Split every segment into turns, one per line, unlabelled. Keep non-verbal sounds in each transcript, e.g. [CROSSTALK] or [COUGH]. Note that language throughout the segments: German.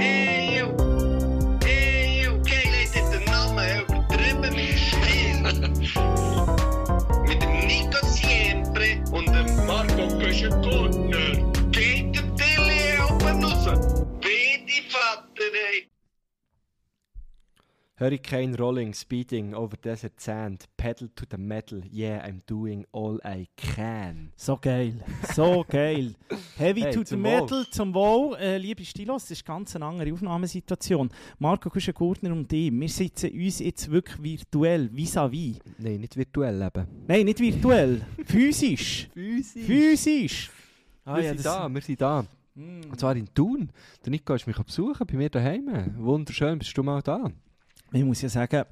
Eu, eu, quem leitet den Namen übertrieben mit [LAUGHS] Stil? mit dem Nico Siempre und dem Marco Köschen-Gurtner. Geht der Tilly oben raus? Wie die Vater, ey.
Hurricane rolling, speeding over desert sand, pedal to the metal, yeah, I'm doing all I can.
So geil,
[LAUGHS]
so geil. Heavy
Hey,
to the
zum
Metal,
Wohl.
zum Wohl. Äh, liebe Stilos, das ist ganz eine andere Aufnahmesituation. Marco Kuschen-Gurtner und ich, wir sitzen uns jetzt wirklich virtuell, vis-à-vis.
Nein, nicht virtuell eben.
Nein,
[LAUGHS]
nicht virtuell, physisch.
Physisch.
Physisch.
wir sind da, wir sind da. Und zwar in Thun. Der Nico ist mich besuchen bei mir daheim. Wunderschön, bist du mal [LAUGHS] da?
Ich muss ja sagen,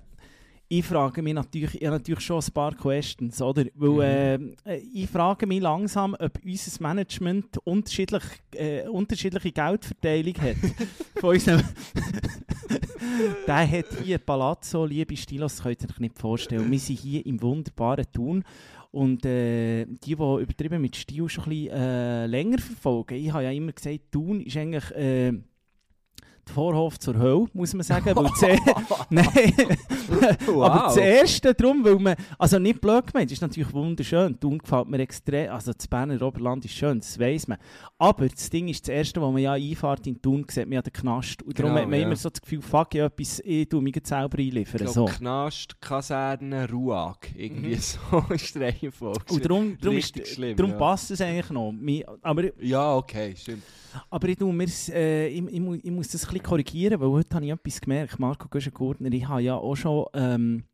ich frage mich natürlich, ich habe natürlich schon ein paar Questions, oder? Weil, äh, ich frage mich langsam, ob unser Management unterschiedlich, äh, unterschiedliche Geldverteilung hat. Von unserem [LAUGHS] Der hat hier Palazzo, liebe Stilos, das könnt ihr euch nicht vorstellen. Wir sind hier im wunderbaren Thun. Und äh, die, die übertrieben mit Stil schon ein bisschen äh, länger verfolgen, ich habe ja immer gesagt, Thun ist eigentlich... Äh, der Vorhof zur Hölle, muss man sagen. Weil zuer-
Ah,
[LAUGHS] Nein, aber das Erste darum, weil man, also nicht blöd gemeint, ist natürlich wunderschön, Thun gefällt mir extrem, also das Berner Oberland ist schön, das weiss man. Aber das Ding ist, das Erste, wo man ja einfährt in Thun, sieht man ja den Knast. Und darum
Genau,
hat man
ja.
immer so das Gefühl, fuck, ja, etwas, ich tue mich jetzt selber einliefern.
Ich
So.
glaub, Knast, Kaserne, Ruag. Irgendwie so ist der Reihenfolge.
Und darum, darum, ist,
Richtig schlimm,
darum
ja.
passt es eigentlich noch. Mi- Aber
Ja, okay, stimmt.
Aber ich, tu mir's, äh, ich, ich, mu- ich muss das ein bisschen korrigieren, weil heute habe ich etwas gemerkt. Marco Göschen-Gurtner, ich habe ja auch schon ähm,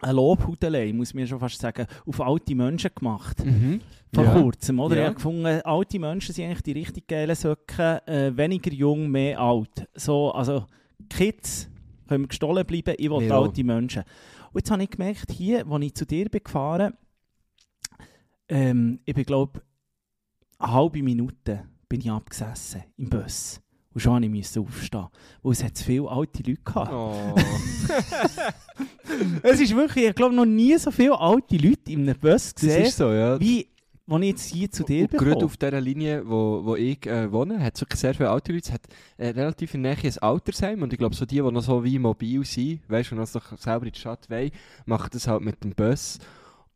eine Lobhudelei, muss man schon fast sagen, auf alte Menschen gemacht.
Mhm.
Vor
Ja.
kurzem, oder?
Ja.
Ich habe gefunden, alte Menschen sind eigentlich die richtig geilen Socken. Äh, weniger jung, mehr alt. So, also Kids können gestohlen bleiben, ich will
Wir auch.
alte Menschen. Und jetzt habe ich gemerkt, hier, als ich zu dir bin gefahren ähm, ich bin, glaube eine halbe Minute bin ich abgesessen im Bus. Und schon musste ich aufstehen. Weil es hat zu viele alte Leute gehabt.
Oh.
Es ist wirklich, ich glaube, noch nie so viele alte Leute in einem Bus
Das
gesehen,
ist so, ja.
wie als ich jetzt hier zu dir
Und
bin.
gerade
gekommen.
auf dieser Linie, wo, wo ich äh, wohne, hat es wirklich sehr viele alte Leute. Es hat äh, relativ in der Nähe ein Altersheim und ich glaube, so die, die noch so wie mobil sind, weißt du, und noch so selber in die Stadt wollen, machen das halt mit dem Bus.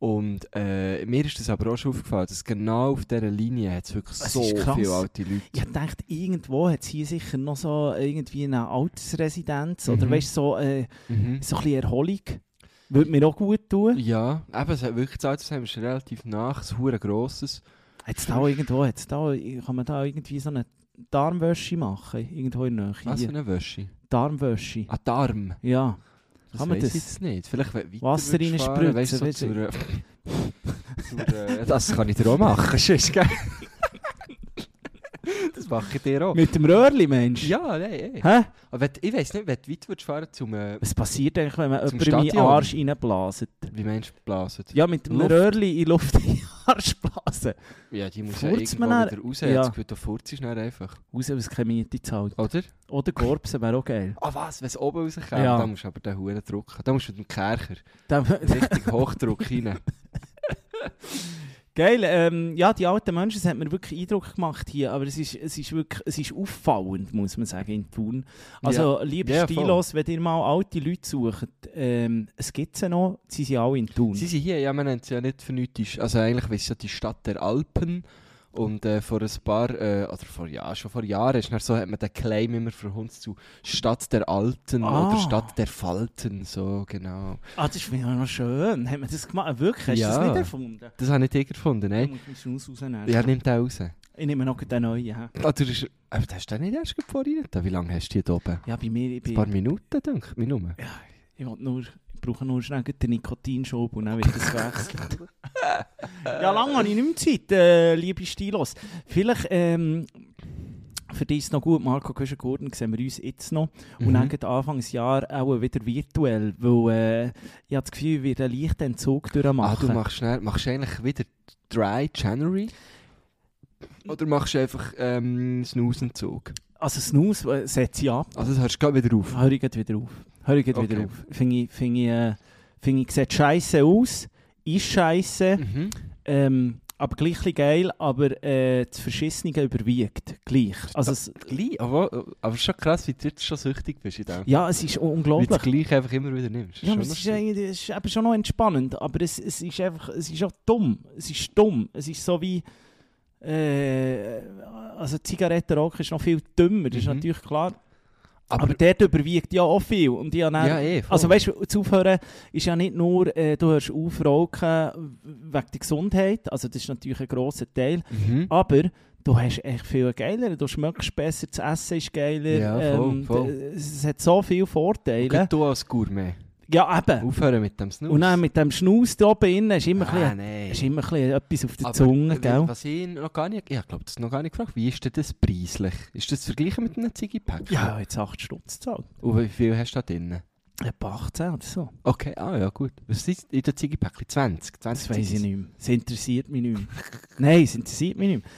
Und äh, mir ist das aber auch schon aufgefallen, dass genau auf dieser Linie hat es wirklich
Es
so
ist krass.
viele alte Leute.
Ich dachte, irgendwo hat es hier sicher noch so irgendwie eine Altersresidenz
Mhm.
oder weißt, so, äh,
Mhm.
so ein bisschen Erholung. Würde mir auch gut tun.
Ja, eben, es hat wirklich das Altersheim ist relativ nach, es ist ein grosses.
Hat's da auch irgendwo, hat's da, auch- kann man da irgendwie so eine Darmwäsche machen? Irgendwo in der Nähe.
Was für eine Wäsche?
Darmwäsche.
An die Arme.
Ja.
Das
Kann man
weiss
das?
ich jetzt nicht. Vielleicht wenn du weiter
Wasser
würdest fahren,
reinspritzen,
weisst du,
weiss ich.
so
[LAUGHS]
zur, äh, zur,
eh,
[LAUGHS] äh, Das kann ich dir auch machen, sonst, gell?
[LAUGHS]
das mache ich dir auch.
Mit dem Röhrli, Mensch.
Oh. Ja, Oh, nein, ey.
Hä?
Aber wenn- ich weiss nicht, wenn du weit würdest fahren zum... Äh,
Was passiert eigentlich, wenn man
Zum
jemanden in meinen
Stadion?
Arsch reinblaset?
wie meinst du, blasen?
Ja, mit dem
Luft.
Röhrli in die Luft [LAUGHS] in den Arsch blasen.
Ja, die muss ja
Furzt
irgendwo
man
wieder raus. Ja.
Ja.
Das Gefühl, da furzt ist nicht einfach.
Raus, aus keine Miete zahlt.
Oder?
Oder Gorbsen wäre auch geil.
Ah was, wenn es oben rauskommt,
Ja.
dann musst du aber den Huren drücken. Dann musst du mit dem Kercher [LAUGHS]
Dann-
richtig Hochdruck rein.
Geil, ähm, ja, die alten Menschen, das hat mir wirklich Eindruck gemacht hier, aber es ist, es ist wirklich, es ist auffallend, muss man sagen, in Thun. Also, liebe
Ja, voll.
Stilos, wenn ihr mal alte Leute sucht, ähm, es gibt sie noch, sie sind alle in Thun.
Sie sind hier, ja, man nennt sie ja nicht vernünftig. Also eigentlich ist es ja die Stadt der Alpen. Und äh, vor ein paar, äh, oder vor, ja, schon vor Jahren, ist dann so, hat man den Claim immer verhunzt zu Stadt der Alten
Ah.
oder Stadt der Falten, so genau.
ah, das finde ich auch noch schön. Hat man das gemacht? Wirklich? Hast du das
Ja.
nicht erfunden?
Das habe ich nicht gefunden,
Da
nein.
muss ich schon rausnehmen.
Ja, nimm den raus.
Ich nehme noch den neuen. Ja,
Ah, du hast, aber du hast den nicht erst gerade vorhin. getan. Wie lange hast du die hier oben?
ja bei mir, ich,
Ein
bin,
paar Minuten, denke ich. Minuten.
ich, will nur, ich brauche nur schnell den Nikotinschub und dann wird das
[LAUGHS]
gewechselt. ja, lange habe ich nicht mehr Zeit, äh, liebe Stilos. Vielleicht ähm, für dich ist es noch gut, Marco Köschen-Gurten, sehen wir uns jetzt noch.
Mhm.
Und dann geht Anfangsjahr auch wieder virtuell, weil äh, ich habe das Gefühl, ich werde einen leichten Entzug
Ah, du
durchmachen.
machst, schnell, machst du eigentlich wieder Dry January? Oder machst du einfach ähm, Snoozenzug?
also Snooze äh, setze ich ab,
Also das hörst du gerade wieder auf.
höre ich gleich wieder auf. Höre ich gleich wieder
Okay.
auf. Finde ich, finde ich, äh, finde ich, sieht scheiße aus, ist scheiße.
Mhm.
Ähm, aber gleich ein bisschen geil, aber äh, das Verschissene überwiegt. Gleich. Also es,
Gleich, aber, aber schon krass, wie du jetzt schon süchtig bist in dem.
ja, es ist un-
Wie du das
unglaublich.
gleich einfach immer wieder nimmst.
Ja, aber es
Schon
ist,
lustig.
irgendwie- es ist eben schon noch entspannend, aber es, es ist einfach, es ist auch dumm. Es ist dumm. Es ist so wie, äh, also Zigarettenrauchen ist noch viel dümmer, das ist
Mhm.
natürlich klar. Aber,
Aber-
dort überwiegt ja auch viel. Und ich habe dann-
ja, eh, voll.
also weißt du, zu aufhören ist ja nicht nur, äh, du hörst auf rauchen wegen der Gesundheit, also das ist natürlich ein grosser Teil,
Mhm.
aber du hast echt viel geiler, du schmeckst besser, das Essen ist geiler,
Ja, voll,
ähm,
voll.
d- es hat so viele Vorteile.
Gut, du als Gourmet.
Ja, eben.
Aufhören mit dem Snus.
Äh, Und dann mit dem Schnauz da oben innen ist immer,
ah,
ein bisschen,
nein.
ist immer ein bisschen etwas auf der
Aber
Zunge,
w-
gell?
Was ich noch gar nicht, ich glaube, das noch gar nicht gefragt. Wie ist denn das preislich? Ist das zu vergleichen mit einem Ziggy-Pack?
Ja, jetzt 8 Stutz zahlt.
Und wie viel hast du da drin?
Etwa 18 oder so.
Okay, ah ja, gut. Was ist in den Ziggy-Päckchen? 20? 20
Das weiß ich nicht mehr. Es interessiert mich nicht mehr. Nein, es interessiert mich nicht mehr.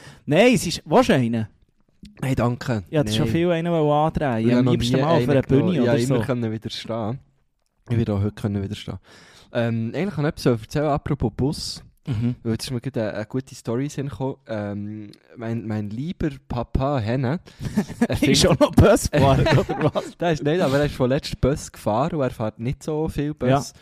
Nein, es ist... Was einen?
Nein, danke.
Ich hatte
Nein.
schon viel einen
Ich
andrehen. Ich
habe
am
noch
liebsten
nie
mal auf
einen
einer
genommen.
Bühne oder
Ich
so.
habe immer widerstehen Ich werde auch heute können widerstehen ähm, Eigentlich kann ich etwas erzählen, apropos Bus.
Mhm.
Weil jetzt ist mir gerade eine, eine gute Story in den Sinn gekommen. Ähm, mein, mein lieber Papa
[LAUGHS]
Henne. er
[LAUGHS] Ich bin
findet-
schon noch Bus gefahren,
[LAUGHS]
oder was?
Der ist nicht, aber er ist von letztem Bus gefahren und er fährt nicht so viel Bus.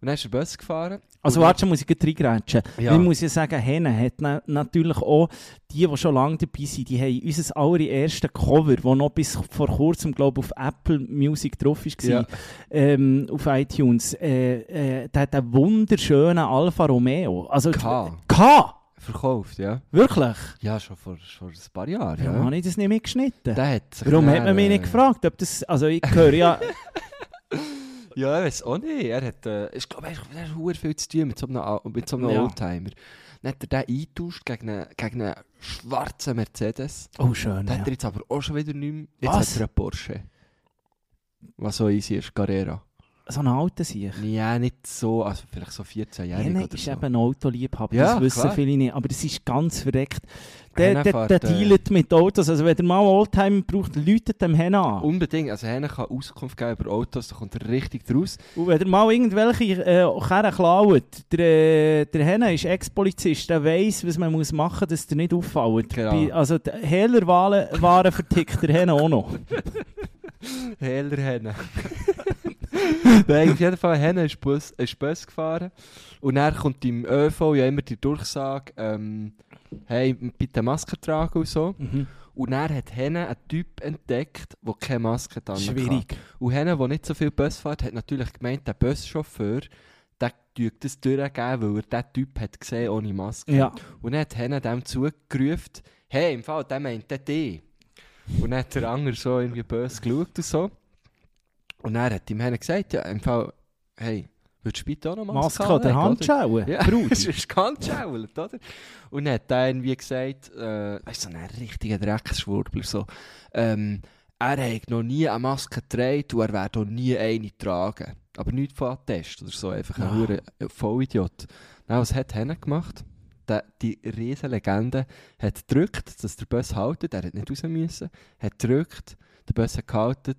Und dann ist er Bus gefahren.
Also
Und-
warte, schon muss ich gleich reingrätschen.
Ja.
Ich muss ja sagen, Henne hat na natürlich auch, die, die schon lange dabei sind, die haben unser allerersten Cover, das noch bis vor kurzem, glaube ich, auf Apple Music drauf war,
Ja.
ähm, auf iTunes, äh, äh, der hat einen wunderschönen Alfa Romeo. Also,
K.
K!
Verkauft, ja.
Wirklich?
Ja, schon vor, vor ein paar Jahren.
Warum
Ja.
habe ich das nicht mitgeschnitten?
Der hat sich
Warum
dann,
hat man mich nicht
äh,
gefragt, ob das, also ich
[LAUGHS]
höre ja...
Ja, ich weiß auch nicht. Er hat, äh, ich glaube, er hat- er hat verdammt viel zu tun mit so einem, Au- mit so einem
Ja.
Oldtimer. Dann hat er den eingetauscht gegen einen, gegen einen schwarzen Mercedes.
Oh, schön,
Den
ja.
hat er jetzt aber auch schon wieder nicht mehr. Jetzt
Was?
hat er einen Porsche. Was so easy ist, Carrera.
So ein alter Sieg.
Ja, nicht so, also vielleicht so 14 Jahre
Jene
oder
ist
so.
eben ein Autoliebhaber,
Ja,
das wissen
klar.
viele nicht, aber das ist ganz verreckt. Der,
Henna
der,
fährt,
der
äh,
dealt mit Autos, also wenn ihr mal einen Oldtimer braucht, läutet dem hin an.
Unbedingt. Also, Henne kann Auskunft geben über Autos, da kommt er richtig draus.
Und wenn ihr mal irgendwelche äh, Kerren klaut, der, äh, der Henna ist Ex-Polizist, der weiss, was man muss machen muss, dass der nicht auffällt.
Genau.
Bei, also die Hehlerwaren Waren vertickt der Henna auch noch.
Heller Henne. [LAUGHS] Nein, auf jeden Fall, Henne ist Bus, ist Bus gefahren. Und dann kommt im ÖV ja immer die Durchsage, ähm, hey, bitte Maske tragen und so.
Mhm.
Und dann hat Henne einen Typ entdeckt, der keine Maske tragen
Schwierig.
Und Henne, der nicht so viel Bus fährt, hat natürlich gemeint, der Buschauffeur, der tut das durchgeben, weil er den Typ hat gesehen ohne Maske.
Ja.
Und dann hat Henne dem zugerufen, hey, im Fall, der meint den dich. Und dann hat der andere so irgendwie böse geschaut und so. Und dann hat ihm Henne gesagt, ja, im Fall, hey, würdest du bitte auch noch Maske
Maske oder
anlegen,
Handschuhe.
Ja, [LAUGHS] das ist ganz schäulend, oder? Und dann hat der irgendwie gesagt, äh, weißt du, so ein richtiger Drecksschwurbler, so, ähm, er hat noch nie eine Maske getragen und er wird auch nie eine tragen. Aber nicht von Attest oder so, einfach ein
Ah.
hure Vollidiot. Nein, Nou, was hat Henne gemacht? Der, die riesen Legende hat gedrückt, dass der Bus haltet, er hat nicht raus müssen, hat gedrückt, der Bus hat gehalten,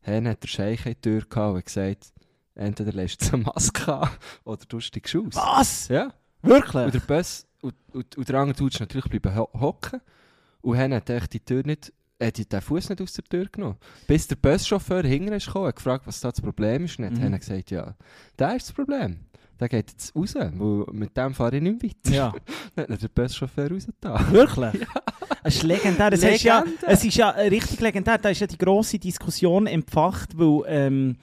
Henne hat der Scheich in die Tür gehabt und hat gesagt, entweder lässt du eine Maske [LAUGHS] an oder du hast dich aus.
Was?
Ja. Und
Wirklich?
der Bus und, und, und der andere Dude ist natürlich bleiben ho- hocken. Und dann hat er die Tür nicht, hat den Fuß nicht aus der Tür genommen. Bis der Buschauffeur hinterher ist gekommen, hat gefragt, was da das Problem ist. Und dann
Mhm.
hat er gesagt, ja, da ist das Problem. Der geht jetzt raus, weil mit dem fahre ich nicht mehr weiter. [LAUGHS]
Ja.
Dann hat er den Buschauffeur rausgetan.
Wirklich? Es ist legendär. Es, Ist ja,
Legende.
es ist ja äh, richtig legendär. Da ist ja die grosse Diskussion empfacht, weil ähm,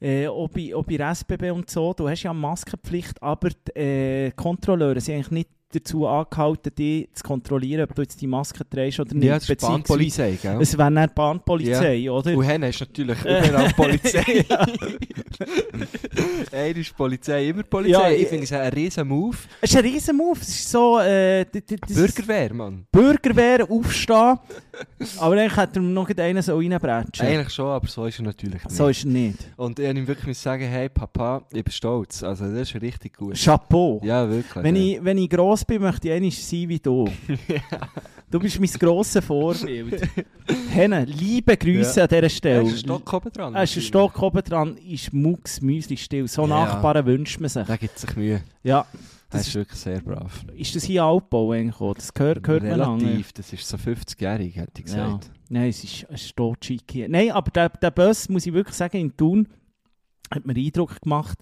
äh, ob, in, ob in der SBB und so, du hast ja Maskenpflicht, aber die äh, Kontrolleure sind eigentlich nicht dazu angehalten, die zu kontrollieren, ob du jetzt die Maske trägst oder nicht.
Ja, das ist die
Beziehungsweise,
Bahnpolizei, gell?
Es wäre dann die Bahnpolizei, oder? [LAUGHS]
Und dann ist natürlich überall Polizei.
Ja.
Einer ist Polizei, immer Polizei.
Ja,
ich
ich-
finde es ein riesen Move.
Es ist ein riesen Move. Es ist so... Äh, d- d- das-
Bürgerwehr, Mann.
Bürgerwehr, aufstehen. aber eigentlich hätte er noch einen so reinbrechen.
Eigentlich schon, aber so ist er natürlich nicht.
So ist er nicht.
Und ich ihm wirklich müssen sagen, hey Papa, ich bin stolz. Also das ist richtig gut.
Chapeau.
Ja, wirklich.
Wenn,
ja.
ich, wenn ich gross bin, möchte ich einmal sein
[LAUGHS]
wie du. Du bist mein grosses Vorbild. Henne, liebe Grüße an dieser
Er
Stelle.
ist ein Stock oben dran.
Er ist ein Stock oben dran, ist mucksmäuslich still. So
Ja.
Nachbarn wünscht man sich.
Da gibt sich Mühe.
Ja,
Das
Das
ist
ist,
wirklich sehr brav.
ist das hier Altbau eigentlich auch? Das gehört, gehört man lange.
Relativ, das ist so 50-jährig, hätte ich
Ja.
gesagt.
Nein, es ist, es ist totschick hier. Nein, aber der, der Bus, muss ich wirklich sagen, in Thun hat mir Eindruck gemacht,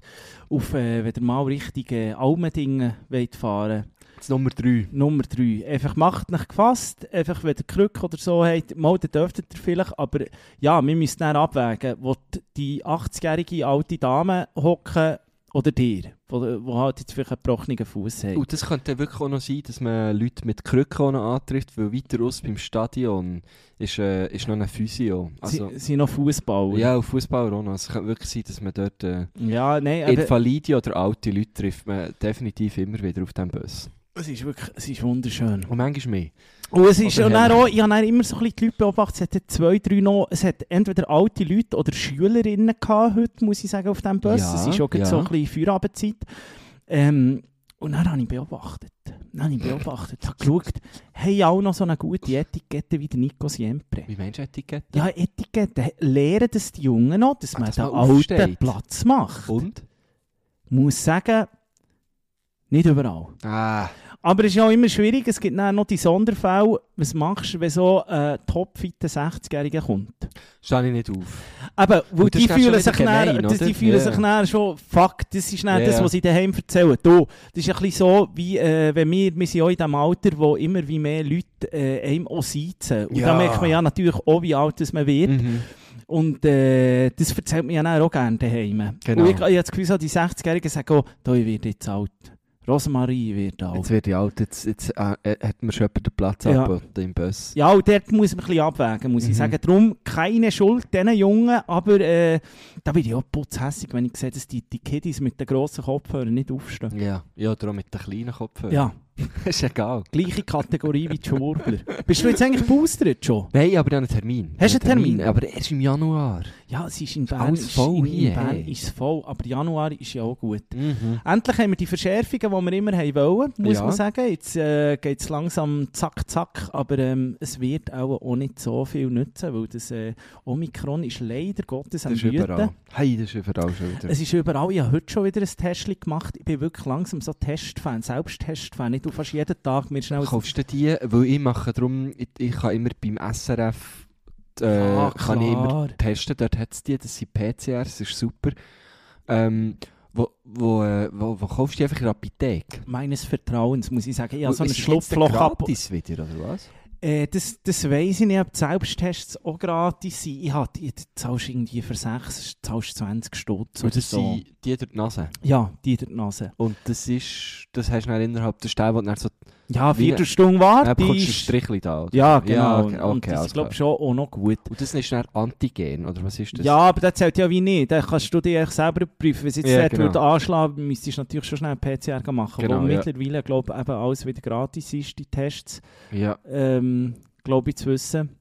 auf, äh, wenn ihr mal Richtung äh, Almendingen wollt fahren
Jetzt Nummer 3.
Nummer 3. Einfach macht nicht gefasst, einfach wenn ihr Krück oder so habt, mal, dann dürftet ihr vielleicht, aber ja, wir müssen dann abwägen, wo die 80-jährige alte Dame hocken oder dir, wo, wo halt jetzt vielleicht einen gebrochenen Fuß hat.
Und das könnte wirklich auch noch sein, dass man Leute mit Krücken auch noch antrifft, weil weiter aus beim Stadion ist, äh, ist noch eine Physio. Also,
Sie sind noch Fußballer.
ja, auf Fußballer auch noch. Also, Es könnte wirklich sein, dass man dort äh,
ja, nein, aber
Invalide oder alte Leute trifft man definitiv immer wieder auf dem Bus.
es ist wirklich, es ist wunderschön.
Und manchmal mehr.
Und es ist
Oder
und
haben
dann auch, ich habe dann immer so ein bisschen die Leute beobachtet, es hat dann zwei, drei noch, es hat entweder alte Leute oder Schülerinnen gehabt heute, muss ich sagen, auf diesem Bus.
Ja,
es ist auch gerade
ja.
so ein bisschen Feierabendzeit. Ähm, und dann habe ich beobachtet, dann habe ich beobachtet, habe geschaut, hey, auch noch so eine gute Etikette wie der Nico Siempre.
Wie meinst du Etikette?
Ja, Etikette, lehren das die Jungen noch, dass
Ah,
man
dass
den
man
alten
aufsteht.
Platz macht.
Und?
muss sagen, nicht überall.
Ah,
Aber es ist ja auch immer schwierig, es gibt dann noch die Sonderfälle, was machst du, wenn so ein topfitter 60-Jähriger kommt?
stehe ich nicht auf.
Aber weil
Und das
die
ist dann schon
fühlen,
wieder
sich dann,
gemein,
das,
oder?
die fühlen
Ja.
sich dann schon, fuck, das ist dann
Ja,
das,
ja.
was sie daheim erzählen. Du, das ist ein bisschen so, wie äh, wenn wir, wir sind auch in diesem Alter, wo immer wie mehr Leute äh, einem auch seizen. Und
Ja.
da merkt man ja natürlich auch, wie alt das man wird.
Mhm.
Und äh, das erzählt mir ja dann auch gerne daheim.
Genau.
Und ich, ich habe das Gefühl, so die 60-Jährigen sagen auch, da wird jetzt alt. Rosemarie wird alt.
Jetzt werde ich alt, jetzt, jetzt äh, äh, hat mir schon jemand den Platz
Ja.
angeboten im eh, Bus.
Ja, und dort muss man ein bisschen abwägen, muss
Mhm.
ich sagen. Darum keine Schuld diesen Jungen, aber äh, da bin ich auch putzhässig, wenn ich sehe, dass die, die Kiddies mit den grossen Kopfhörern nicht aufstehen.
Ja, ja darum mit den kleinen Kopfhörern. [LAUGHS]
Ja,
ist egal.
gleiche Kategorie wie die [LAUGHS] Schwurbler. Bist du jetzt eigentlich boostert schon?
Nein, aber ich habe einen Termin.
Hast du
Ich habe
einen Termin?
Aber erst im Januar.
Ja, es ist in Bern.
alles
ist-
voll
in,
hier,
In Bern
hey.
ist es voll, aber Januar ist ja auch gut.
Mhm.
Endlich haben wir die Verschärfungen, die wir immer haben wollen, muss
Ja.
man sagen. Jetzt äh, geht es langsam zack, zack, aber ähm, es wird auch, auch nicht so viel nützen, weil das äh, Omikron ist leider Gottes
Das
am
ist
Wüten.
überall. Hey, das ist überall schon wieder.
Es ist überall, ich habe heute schon wieder ein Testchen gemacht. Ich bin wirklich langsam so Testfan, selbst Testfan. Ich tue fast jeden Tag mir schnell...
Kaufst du die? Weil ich mache darum, ich, ich kann immer beim SRF äh,
Ah,
kann ich immer
klar.
testen. Dort hat es die, das sind PCR, das ist super. Ähm, wo, wo, äh, wo, wo kaufst du die einfach in der Apotheke?
Meines Vertrauens, muss ich sagen. Ich habe so ein
Ist die jetzt
Schlupfloch ab.
gratis wieder, oder was?
Äh, das das weiss ich nicht, ob die Selbsttests auch gratis sind. Ich habe, ich, du zahlst irgendwie für 6, zahlst 20 Stutz
Und
oder
das
so.
sind die durch die Nase.
Ja, die der Nase.
Und das ist, das hast du dann innerhalb der Stäbe, wo du dann so
Ja,
Wie-
Viertelstunde
Dann bekommst du ein
wartest.
Strichli da. Oder?
Ja,
Ja,
genau.
okay,
Und
okay,
das
alles
ist, glaube ich,
klar.
schon auch noch gut.
Und das ist dann Antigen, oder was ist das?
Ja, aber das zählt ja wie nicht. Da kannst du dich eigentlich selber prüfen. Wenn es jetzt
Ja,
dort
genau.
würde anschlagen, müsstest du natürlich schon schnell einen PCR machen.
Genau,
wo
ja.
mittlerweile, glaube ich, eben alles wieder gratis ist, die Tests,
Ja.
ähm, glaube ich, zu wissen.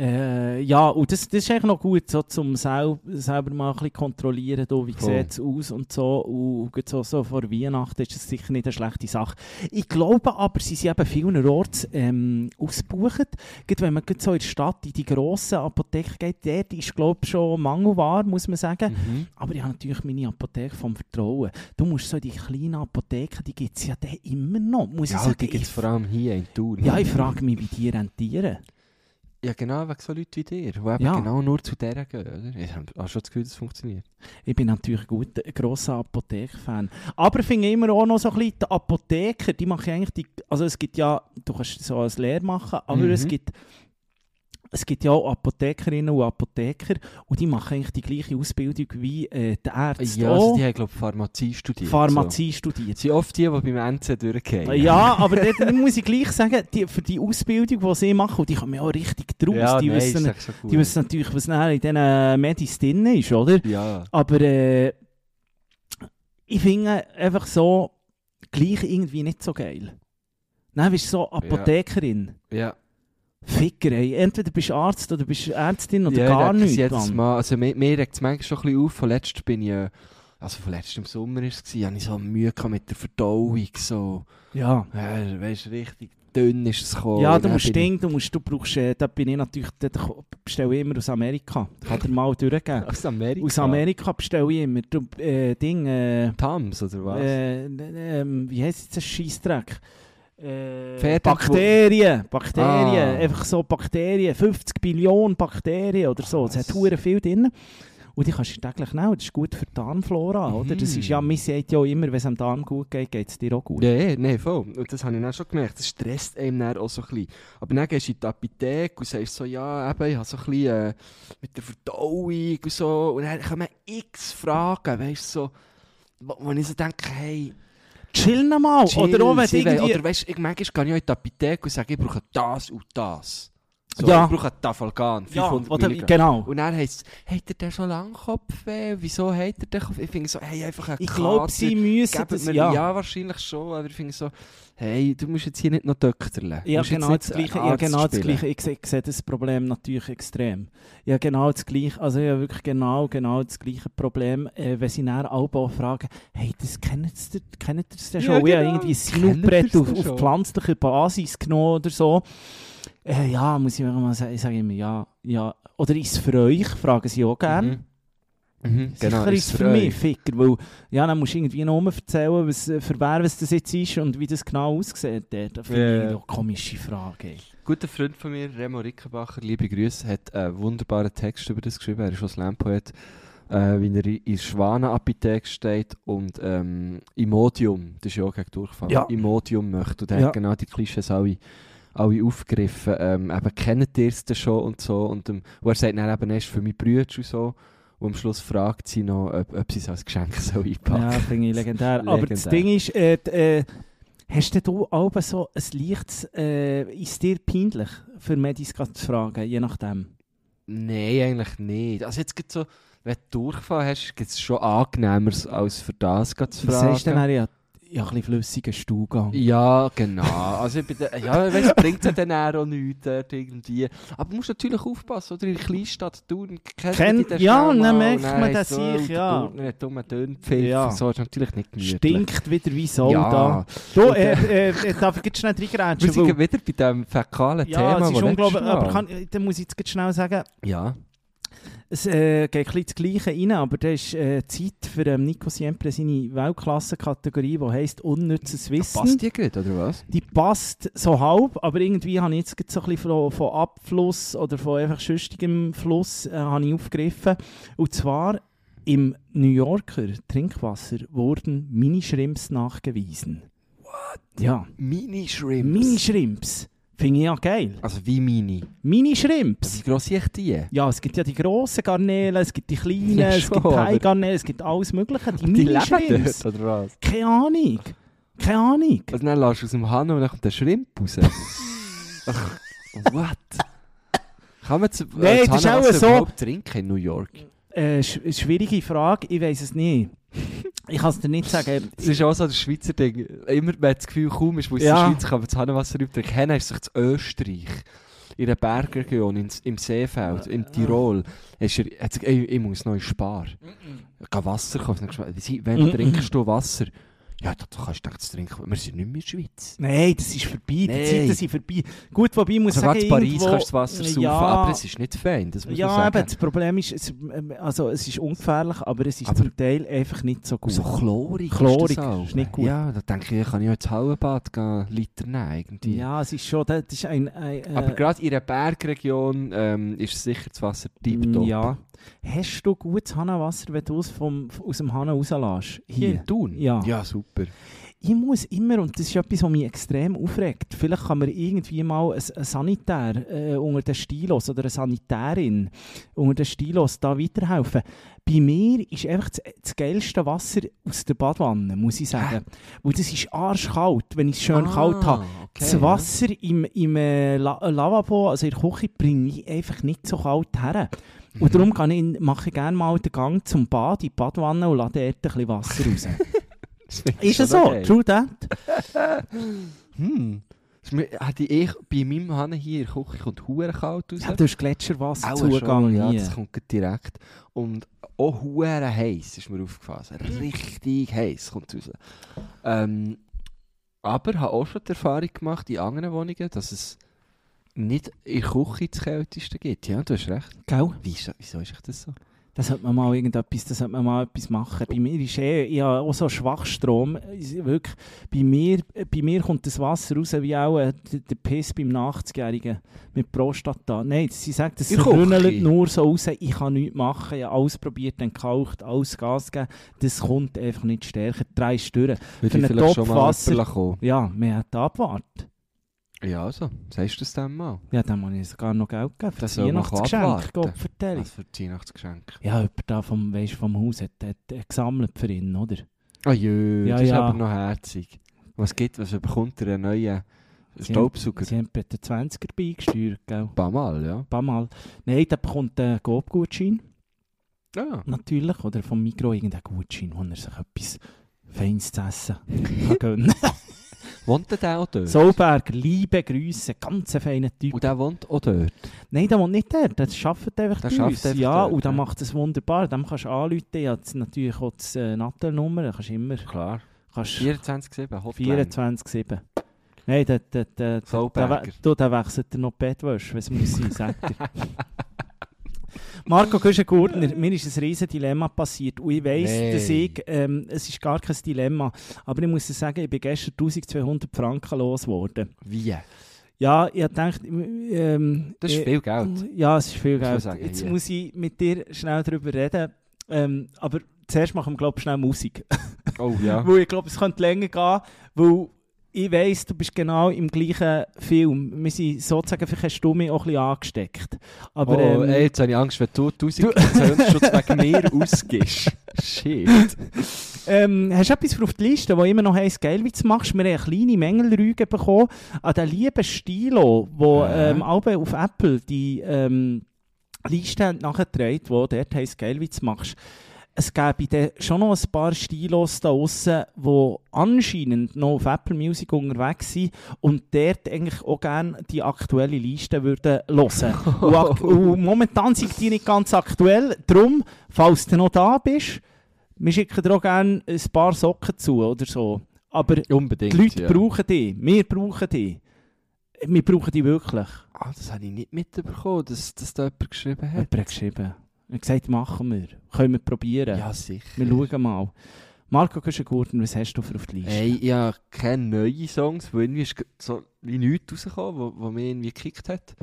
Äh, ja, und das, das ist eigentlich noch gut, so zum sel selber mal ein bisschen kontrollieren, da, wie
Voll.
sieht es aus und so. Und gerade so, so vor Weihnachten ist das sicher nicht eine schlechte Sache. Ich glaube aber, sie sind eben vielenorts ähm, ausgebucht. Gerade wenn man gerade so in die Stadt, in die grossen Apotheken geht, dort ist, glaube ich, schon Mangelware, muss man sagen.
Mhm.
Aber ich habe natürlich meine Apotheke vom Vertrauen. Du musst so die kleinen Apotheken, die gibt es ja dann immer noch, muss ich
Ja,
sagen.
und die gibt
ich,
es vor allem hier in Thun.
ja, ich frage mich, wie die rentieren.
ja, genau, wegen so Leuten wie dir, die eben
Ja.
genau nur zu deren gehen, oder? Ich habe schon das Gefühl, das funktioniert.
Ich bin natürlich gut, ein grosser Apothek-Fan. Aber finde ich immer auch noch so ein bisschen, die Apotheker, die machen eigentlich die, also es gibt ja, du kannst so als Lehre machen, aber
Mhm.
es gibt es gibt ja auch Apothekerinnen und Apotheker und die machen eigentlich die gleiche Ausbildung wie äh, die Ärzte
Ja, also
auch.
die haben, glaube ich, Pharmazie studiert.
Pharmazie
So.
studiert.
Das sind oft die, die beim NC durchgehen.
Ja, aber dort muss ich gleich sagen, die, für die Ausbildung, die sie machen, und die kommen ja auch richtig draus,
ja
die,
nein, ist
wissen,
echt so gut.
die wissen natürlich, was nachher in diesen Medis drin ist, oder?
Ja.
Aber äh, ich finde einfach so gleich irgendwie nicht so geil. Nein, bist so Apothekerin.
Ja,
Ficker, ey. Entweder bist du Arzt oder bist du Ärztin oder
ja
gar
ich reg's
nichts.
jedes
Mann.
Mal, also mir, mir regt es manchmal schon ein bisschen auf. Vorletzt bin ich, äh, also vorletzt im Sommer war es, hatte ich so Mühe gehabt mit der Verdauung, so.
Ja.
Ja, weißt richtig dünn ist es gekommen.
ja,
Und
du
dann
musst
Oh, bin ich-
Ding, du musst, du brauchst, äh, da bin ich natürlich, da bestelle ich immer aus Amerika. Kann dir mal
[LAUGHS]
durchgeben.
Aus Amerika?
Aus Amerika bestelle ich immer, du, äh, Ding, äh,
Tams oder was?
äh, n- ähm, wie heisst jetzt ein Scheissdreck? Äh,
Fäden-
Bakterien, Bakterien,
Ah.
einfach so Bakterien, 50 Billionen Bakterien oder so, es hat
Krass.
hure viel drin. Und die kannst du täglich nehmen, das ist gut für die Darmflora, oder? Das
Mhm.
ist ja, man sagt ja auch immer, wenn es am Darm gut geht, geht es dir auch gut.
Ja, ja, nein, voll. Und das habe ich dann schon gemerkt. Das stresst einem dann auch so ein bisschen. Aber dann gehst du in die Apotheke und sagst so, ja, eben, ich habe so ein bisschen äh, mit der Verdauung und so. Und dann kommen x Fragen, weißt du, so, wo, wo ich so denke, hey,
Chill noch mal,
chill,
oder auch wenn du
sie wollen-
irgendwie...
Oder weißt du, ich- manchmal gehe ich auch in die Apotheke und sage, ich brauche das und das. So,
Ja.
Ich brauche Tafalgan, 500
oder,
Milligramm.
genau.
Und dann heisst es, hat er denn schon lange Kopfweh? eh, Wieso hat er den Kopfweh? Ich finde so, hey, einfach ein
Ich glaube, sie müssen
Gebt
das,
mir, ja.
ja.
wahrscheinlich schon, aber ich finde so, hey, du musst jetzt hier nicht noch Dökterle.
Ja, genau das Gleiche. Ja, genau das Gleiche. Ich, se- ich sehe das Problem natürlich extrem. Ja, genau das Gleiche. Also ja, wirklich genau, genau das gleiche Problem, äh, wenn sie nach Alba fragen, hey, das kennt ihr, kennt ihr das denn
Ja,
schon? Ich habe
genau.
irgendwie
Kennt
Sinopret
ihr das
auf,
denn
auf
schon?
pflanzlicher Basis genommen oder so. Äh, ja, muss ich mir mal sagen, ich sage immer ja, ja. Oder ist es für euch? Fragen sie auch gerne.
Mhm. Mhm, genau,
Sicher ist es für mich, Ficker, weil ja, dann musst du irgendwie noch mal erzählen, was, äh, für wer was das jetzt ist und wie das genau aussieht. Da finde
Ja,
ich
ja.
irgendwie auch komische Frage. ey.
Ein guter Freund von mir, Remo Rickenbacher, liebe Grüße, hat einen wunderbaren Text über das geschrieben. Er ist schon Slam-Poet, äh, wie er in der Schwanapotheke steht und ähm, Imodium, das ist ja auch gegen Durchfall,
Ja.
Imodium möchte. Und er
Ja.
hat genau die Klischees alle, alle aufgegriffen. Ähm, eben, kennt ihr es denn schon und so. Und, ähm, und er sagt dann eben, er ist für mich Brüder und so. Und am Schluss fragt sie noch, ob, ob sie es als Geschenk [LAUGHS] so
Ja,
einpacken
finde ich legendär. Aber das
Legendär.
Ding ist, äh, d- äh, hast denn du auch so ein leichtes, äh, ist dir peinlich, für Mediska zu fragen, je nachdem?
Nein, eigentlich nicht. Also jetzt gibt's so, wenn du Durchfall hast, gibt es schon angenehmer, als für das gerade zu
Du sagst
fragen.
dann eher, ja, ja, ein bisschen flüssigen Stuhlgang.
Ja, genau. Also ich bin da, ja, weißt, bringt ja dann eher auch nichts dort irgendwie. Aber du musst natürlich aufpassen, oder? In der Kleinstadt tun,
Kennt- ja, dann merkt man das sich, ja.
Ein dummer Dünnpfiff,
Ja.
ja. so ist natürlich nicht gemütlich.
Stinkt wieder wie Sau
ja.
da. Du,
Und,
äh, äh, äh, darf ich jetzt schnell reingrätschen?
Wir
Weil-
sind wieder bei diesem fäkalen Thema,
es ist
wo letztes
unglaublich,
Mal-
aber kann, dann muss ich jetzt gerade schnell sagen,
Ja,
Es äh, geht ein bisschen das Gleiche rein, aber da ist äh, Zeit für ähm, Nico Siempre seine Weltklasse-Kategorie, die heisst «Unnützes Wissen».
passt die gerade, oder was?
Die passt so halb, aber irgendwie habe ich jetzt gerade so ein bisschen von, von Abfluss oder von einfach schüchtigem Fluss äh, habe ich aufgegriffen. Und zwar im New Yorker Trinkwasser wurden Mini-Shrimps nachgewiesen. What? Ja,
Mini-Shrimps.
Mini-Shrimps. Finde ich ja geil.
also wie Mini?
Mini-Shrimps.
Wie gross sind die?
Ja, es gibt ja die grossen Garnelen, es gibt die kleinen,
Ja,
es
schon,
gibt
aber-
Thai-Garnelen, es gibt alles Mögliche. Die,
Die
Mini-Shrimps.
leben dort, oder was?
Keine Ahnung. Keine Ahnung.
Also dann lässt du aus dem Hahn und dann kommt der Schrimp [LAUGHS] raus. Ach, What? Kann man das, äh,
Nein, das ist auch
Hahnenwasser
so-
überhaupt trinken in New York?
Äh, sch schwierige Frage, ich weiß
[LAUGHS]
es nicht. Ich kann es dir nicht sagen.
Das ist auch so das Schweizer Ding. Immer, man hat das Gefühl, kaum ist, wo es in
Ja.
der Schweiz kann man das Hahnenwasser übertrinken. Hennen ist sich zu Österreich. In der Bergregion, ins- im Seefeld, im Tirol. Ist er, hat sich, ey, ich muss neu sparen. Ich kann Wasser kaufen. Dann habe ich gesagt, Wenn
Mhm.
trinkst du Wasser? Ja, das kannst du nicht trinken. Wir sind nicht mehr in der Schweiz.
Nein, das ist vorbei. Die
Nein.
Zeiten sind vorbei. Gut, wobei ich muss
Also
sagen,
gerade in Paris
irgendwo, äh,
kannst du das Wasser saufen,
ja,
aber es ist nicht fein, das muss man
ja,
sagen.
eben, das Problem ist, es, ähm, also, es ist ungefährlich, aber es ist
Aber-
zum Teil einfach nicht so gut.
so chlorig,
Chlorig
ist das auch.
ist nicht gut.
Ja, da denke ich, kann ich auch ins Hallenbad gehen, Liter nehmen irgendwie.
ja, es ist schon, das ist ein... ein äh,
Aber gerade in einer Bergregion ähm, ist sicher das Wasser
Mm,
tiptop.
Ja. Hast du gutes Hanenwasser, wenn du es vom, aus dem Hahn rauslässt?
Hier in Thun?
Ja.
Ja, super.
Ich muss immer, und das ist etwas, was mich extrem aufregt, vielleicht kann man irgendwie mal ein, ein Sanitär äh, unter den Stilos oder eine Sanitärin unter den Stilos da weiterhelfen. Bei mir ist einfach das, das geilste Wasser aus der Badwanne, muss ich sagen. Weil das ist arschkalt, wenn ich es schön
Ah,
kalt habe.
okay,
Das Wasser im, im äh, La äh, Lavabo, also in der Küche, bringe ich einfach nicht so kalt her.
Mhm.
Und darum kann ich, mache ich gerne mal den Gang zum Bad, in die Badwanne und lasse dort ein bisschen Wasser
[LAUGHS]
raus.
Ja. [LAUGHS] Das finde ich
ist es
schon
so?
okay.
True that?
Hm. Das ist mir- Hätte ich bei meinem Hahn hier in der Küche kommt hure kalt raus.
Ja, du hast
Auch
Gletscherwasserzugang
schon, ja,
hier.
das kommt gleich direkt. Und auch hure heiß ist mir aufgefallen. Richtig heiß kommt es raus. Ähm, Aber ich habe auch schon die Erfahrung gemacht in anderen Wohnungen, dass es nicht in der Küche das Kälteste gibt. Ja, du hast recht.
Gell?
Wie ist, wieso ist das so?
Da sollte man mal irgendetwas, da sollte man mal etwas machen. Bei mir ist eh, ich habe auch so Schwachstrom. Ich- Wirklich, bei mir, bei mir kommt das Wasser raus wie auch äh, der, der Piss beim 80-Jährigen mit Prostata. Nein, sie sagt, das
Ich koche.
rünnelt nur so raus, ich kann nichts machen, ich habe alles probiert, entkalkt, alles Gas gegeben. Das kommt einfach nicht stärker. Drei Stören.
Würde
einen
ich vielleicht schon mal
Topfwasser-
jemanden kommen.
Ja, man hat abgewartet.
Ja, also, sagst du das dann mal?
Ja, dann habe ich sogar noch Geld gegeben. für
Das soll man
Weihnachtsgeschenk,
abwarten. Also,
Gott vertelle.
Was für ein Weihnachtsgeschenk.
Ja, jemand da vom, weisst, vom Haus hat, hat, hat gesammelt für ihn, oder?
Oh jö,
Ja,
das ist
ja.
aber noch herzig. Was gibt, was bekommt er einen neuen Staubsauger?
Sie haben bei den 20er beigesteuert, gell? Ein
Ein paar Mal, ja.
paar Mal. Nein, der bekommt einen Gutschein,
Ja.
natürlich. Oder vom Mikro irgendeinen Gutschein, wo er sich etwas Feines zu essen
[LAUGHS]
kann gönnen
Wohnt der auch dort?
Solberger, liebe Grüße, ganz ein feiner Typ.
Und der wohnt auch dort.
Nein, der wohnt nicht der, der arbeitet einfach
Der
bei uns.
arbeitet einfach
ja,
dort,
und der
ja.
macht es wunderbar. Dem kannst du anrufen, ja, natürlich auch das äh, Nattelnummer, da kannst du immer...
Klar.
Kannst
24-7, Hotline.
24-7. Nein, der, der, der, der, der,
Solberger.
we- du, der wechselt dir noch die Bettwäsche, wenn es muss sein, sagt er. Marco Küschen-Gurtner, mir ist ein riesen Dilemma passiert und ich weiss,
Nein.
dass ich, ähm, es ist gar kein Dilemma, aber ich muss dir sagen, ich bin gestern 1200 Franken losgeworden.
Wie?
Ja, ich hab gedacht, ähm,
Das ist
ich-
viel [LAUGHS] Geld.
ja, es ist viel
Muss man
Geld.
sagen,
Jetzt
hier.
muss ich mit dir schnell darüber reden, ähm, aber zuerst machen wir, glaube ich, schnell Musik.
Oh ja.
Weil ich glaube, es könnte länger gehen, weil ich weiss, du bist genau im gleichen Film. Wir sind sozusagen, vielleicht hast du mich auch ein bisschen angesteckt. Aber
oh,
ähm,
ey, jetzt habe ich Angst, wenn du 1000 Zöhnschutz wegen mir [LAUGHS] ausgibst. Shit.
ähm, hast du etwas für auf die Liste, wo immer noch heisst, geil, wie du es machst? Wir haben eine kleine Mängelrüge bekommen an den lieben Stilo, wo
Ja.
ähm, auch auf Apple die ähm, Liste nachgetragen wo dort heisst, geil, wie du es machst. Es gäbe dann schon noch ein paar Stilos da draussen, die anscheinend noch auf Apple Music unterwegs sind und dort eigentlich auch gerne die aktuelle Liste würden hören
Oh.
und, ak- und momentan sind die nicht ganz aktuell, darum, falls du noch da bist, wir schicken dir auch gerne ein paar Socken zu oder so. Aber die
Unbedingt.
Leute
ja.
brauchen die, wir brauchen die. Wir brauchen die wirklich.
Ah, das habe ich nicht mitbekommen, dass, dass da jemand geschrieben hat.
Jemand hat geschrieben. Er hat gesagt, machen wir. Können wir probieren.
Ja, sicher.
Wir schauen mal. Marco Küschengurten, was hast du für auf die Liste?
Hey, ich habe keine neuen Songs, weil irgendwie ist g- so wie nichts rausgekommen, wo, wo mich irgendwie gekickt hat.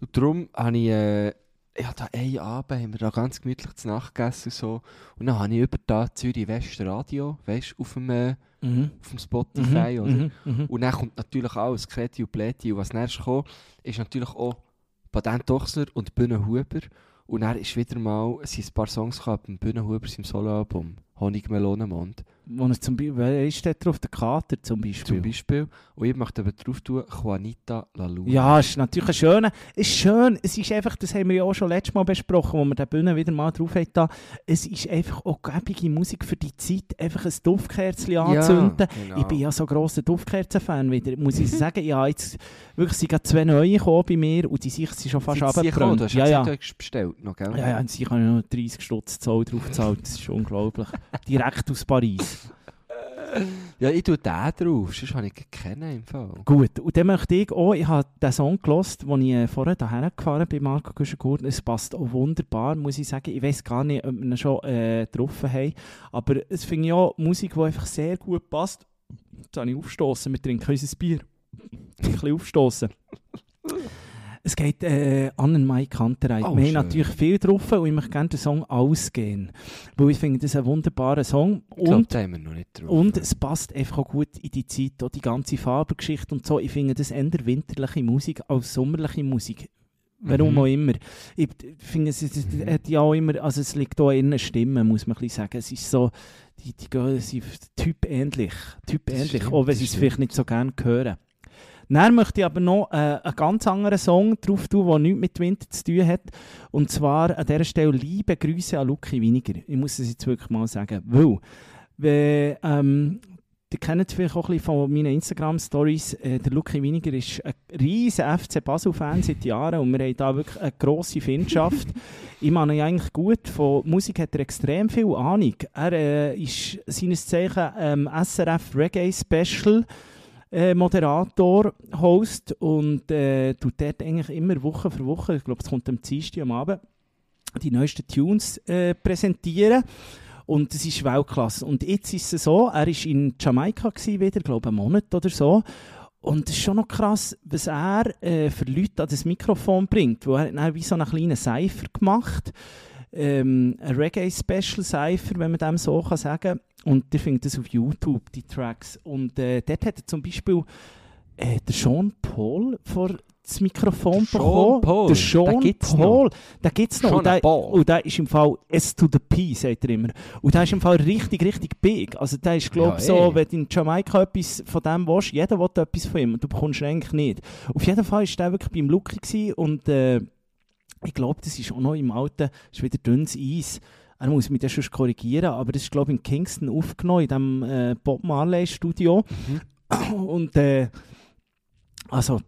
Und darum habe ich, äh, ja, da einen Abend haben wir da ganz gemütlich zu Nacht gegessen und so. Und dann habe ich über da Zürich West Radio, weißt du, auf dem, äh,
Mhm.
auf dem Spotify, oder?
Mhm. Mhm.
Und dann kommt natürlich alles, Kreti und Pläti. Und was dann kam, ist natürlich auch Patent Dochsner und Bühne Huber. Und dann ist wieder mal, es sind ein paar Songs gehabt, beim Bühne Huber, seinem Soloalbum, Honigmelonenmond
Wo er zum Beispiel, wer ist der drauf? Der Kater zum Beispiel.
zum Beispiel. Und ich möchte aber drauf tun, Juanita La Luna.
Ja, ist natürlich ein schöner. Ist schön. Es ist einfach, das haben wir ja auch schon letztes Mal besprochen, wo wir den Bühne wieder mal drauf hatten. Es ist einfach auch gäbige Musik für die Zeit, einfach ein Duftkerzchen anzünden.
genau.
Ich bin ja so grosser Duftkerzen-Fan wieder, muss ich [LAUGHS] sagen. Ja, jetzt wirklich sind gerade zwei neue gekommen bei mir und die sich sind schon fast
Sind sie gekommen?
abgebrannt.
Du hast
Ja, ja.
gesagt, du hast bestellt noch, gell?
Ja, ja, und sie haben ja noch 30 Stutz Zoll drauf gezahlt. Das
[LAUGHS]
ist unglaublich. Direkt aus Paris.
Ja, ich tue den drauf, sonst habe ich ihn kennen im Fall.
Gut, und dann möchte ich auch, ich habe den Song gelost, den ich äh, vorher hierher gefahren bin, Marco Güschengurten. Es passt auch wunderbar, muss ich sagen. Ich weiß gar nicht, ob wir ihn schon äh, getroffen haben. Aber es finde ich auch Musik, die einfach sehr gut passt. Jetzt habe ich aufstoßen, wir trinken unser Bier. [LAUGHS] Ein bisschen aufstoßen. Es geht äh, an den Mike Kantereit.
Oh,
wir haben
schön.
natürlich viel drauf und ich möchte gerne den Song ausgehen. Weil ich finde, das ist ein wunderbarer Song.
Ich glaube,
Und
den haben wir noch nicht drauf.
und es passt einfach auch gut in die Zeit, auch die ganze Farbengeschichte und so. Ich finde das eher winterliche Musik als sommerliche Musik. Warum
Mhm.
auch immer. Ich finde, es, es, es
Mhm.
hat ja auch immer, also es liegt auch in der Stimme, muss man ein bisschen sagen. Es ist so, die, die gehen- sie sind typähnlich, typähnlich,
stimmt,
auch wenn
das
sie es
stimmt.
vielleicht nicht so gerne hören. Dann möchte ich aber noch äh, einen ganz anderen Song drauf tun, der nichts mit Winter zu tun hat. Und zwar an dieser Stelle liebe Grüße an Lucky Winiger. Ich muss es jetzt wirklich mal sagen. Weil, wenn, ähm, ihr kennt vielleicht auch ein bisschen von meinen Instagram-Stories, äh, der Lucky Winiger ist ein riesen FC Basel-Fan seit Jahren und wir haben da wirklich eine grosse Findschaft. ich meine ihn eigentlich gut, von Musik hat er extrem viel Ahnung. Er äh, ist seines Zeichen ähm, SRF Reggae Special äh, Moderator, Host und äh, tut dort eigentlich immer Woche für Woche, ich glaube, es kommt am Dienstag am Abend, die neuesten Tunes äh, präsentieren. Und das ist Weltklasse. Und jetzt ist es so, er war in Jamaika gewesen, wieder, glaube einen Monat oder so. Und es ist schon noch krass, was er äh, für Leute an das Mikrofon bringt. Wo er hat dann wie so einen kleinen Cypher gemacht ähm, ein Reggae-Special-Cypher, wenn man dem so kann sagen Und ihr findet das auf YouTube, die Tracks. Und äh, dort hat er zum Beispiel äh, der Sean Paul vor das Mikrofon
Der Sean
bekommen.
Paul.
Der Sean
Den gibt's noch.
Paul. Den gibt's noch.
Sean
Und der,
Paul.
und der ist im Fall S to the P, sagt er immer. Und der ist im Fall richtig, richtig big. Also der ist, glaube
Ja,
ich, so,
eh.
wenn du in Jamaika etwas von dem willst, jeder will etwas von ihm und du bekommst ihn eigentlich nicht. Auf jeden Fall war der wirklich beim Lucky gewesen und äh, ich glaube, das ist auch noch im Alten, ist wieder dünnes Eis. Er muss mich das schon korrigieren, aber das ist, glaube ich, in Kingston aufgenommen, in dem äh, Bob Marley Studio.
Mhm.
Und äh, also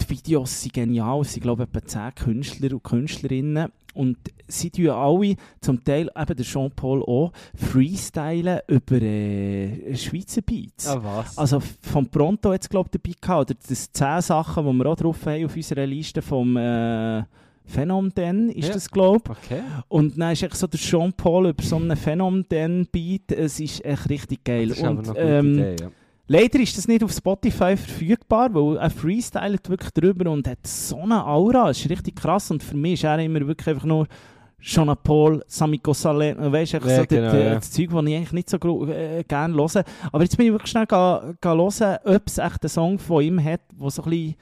die Videos sind genial, es sind glaube ich etwa 10 Künstler und Künstlerinnen und sie tun alle, zum Teil eben der Jean-Paul auch, freestylen über äh, Schweizer Beats.
Ah, was?
Also f- vom Pronto jetzt glaube ich dabei gehabt, oder das 10 Sachen, die wir auch drauf haben auf unserer Liste vom äh, Phenom denn ist
Ja.
das glaube
okay.
und dann ist echt so der Jean-Paul über so einen Phenom denn Beat, es ist echt richtig geil.
Das ist aber
und,
noch eine gute
ähm,
Idee, ja.
Leider ist das nicht auf Spotify verfügbar, weil er freestylt wirklich drüber und hat so eine Aura. Es ist richtig krass und für mich ist er immer wirklich einfach nur Jean Paul, Sami Gosalé, weißt du,
Ja,
so
genau,
das,
ja.
das Zeug, das ich eigentlich nicht so gro- äh, gerne höre. Aber jetzt bin ich wirklich schnell ga- ga hören, ob es echt einen Song von ihm hat, der so ein bisschen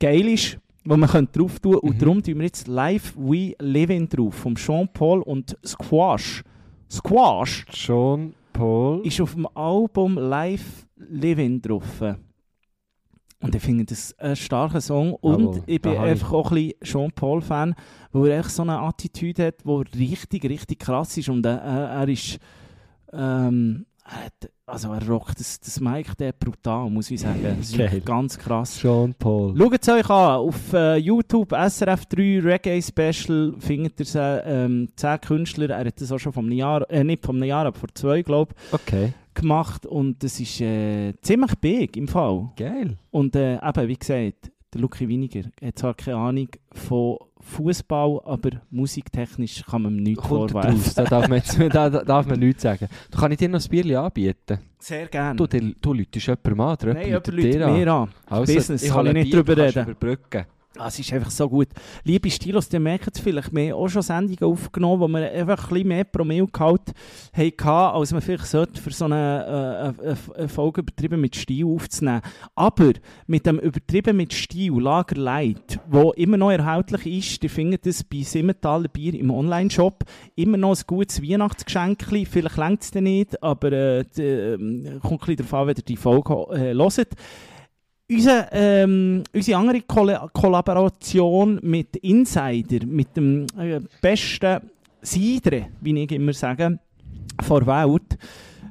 geil ist, wo man könnte drauf tun Und
Mhm.
darum tun wir jetzt Live We Live In drauf, vom Jean Paul und Squash. Squash!
Sean Paul.
ist auf dem Album Live Living drauf. Und ich finde das ein starker Song. Und
Jawohl,
ich bin
da habe ich.
einfach auch ein bisschen Jean-Paul-Fan, weil er echt so eine Attitüde hat, die richtig, richtig krass ist. Und er, er er ist. Ähm, er hat, also er rockt das, das Mic der brutal, muss ich sagen. Das ist
Geil.
wirklich ganz krass.
Sean Paul.
Schaut es euch an, auf äh, YouTube SRF3 Reggae Special findet ihr es, äh, ähm, 10 Künstler, er hat das auch schon vom Jahr, äh, nicht vom Jahr, aber vor zwei, glaube
Okay.
gemacht und das ist äh, ziemlich big im Fall.
Geil.
Und äh, eben, wie gesagt, der Lucky Winiger hat zwar keine Ahnung von Fußball, aber musiktechnisch kann man ihm nichts
Kommt
vorwerfen.
draus, da darf man, jetzt, [LAUGHS] da, da darf man nichts sagen. Da kann ich dir noch ein Bierchen anbieten.
Sehr gerne.
Du, der, du läutest jemandem an, der
Hm. Nein,
jemand
jemand
läutet
läutet
dir an.
mir an.
Also,
Business, kann
habe
ich
ein
nicht
Bier,
drüber
du kannst
reden.
überbrücken.
Ah, Es ist einfach so gut. Liebe Stilos, ihr merkt es vielleicht, wir haben auch schon Sendungen aufgenommen, wo wir einfach ein bisschen mehr Promillegehalt hatten, als man vielleicht sollte, für so eine, äh, äh, äh, eine Folge übertrieben mit Stil aufzunehmen. Aber mit dem übertrieben mit Stil, Lager Light, wo immer noch erhältlich ist, ihr findet es bei Simmentaler Bier im Online-Shop, immer noch ein gutes Weihnachtsgeschenk. Vielleicht längt es dir nicht, aber äh, d- ähm, kommt ein bisschen darauf an, wenn ihr die Folge äh, hört. Unser, ähm, unsere andere Kolle- Kollaboration mit Insider, mit dem äh, besten Sidre, wie ich immer sage, vor Welt,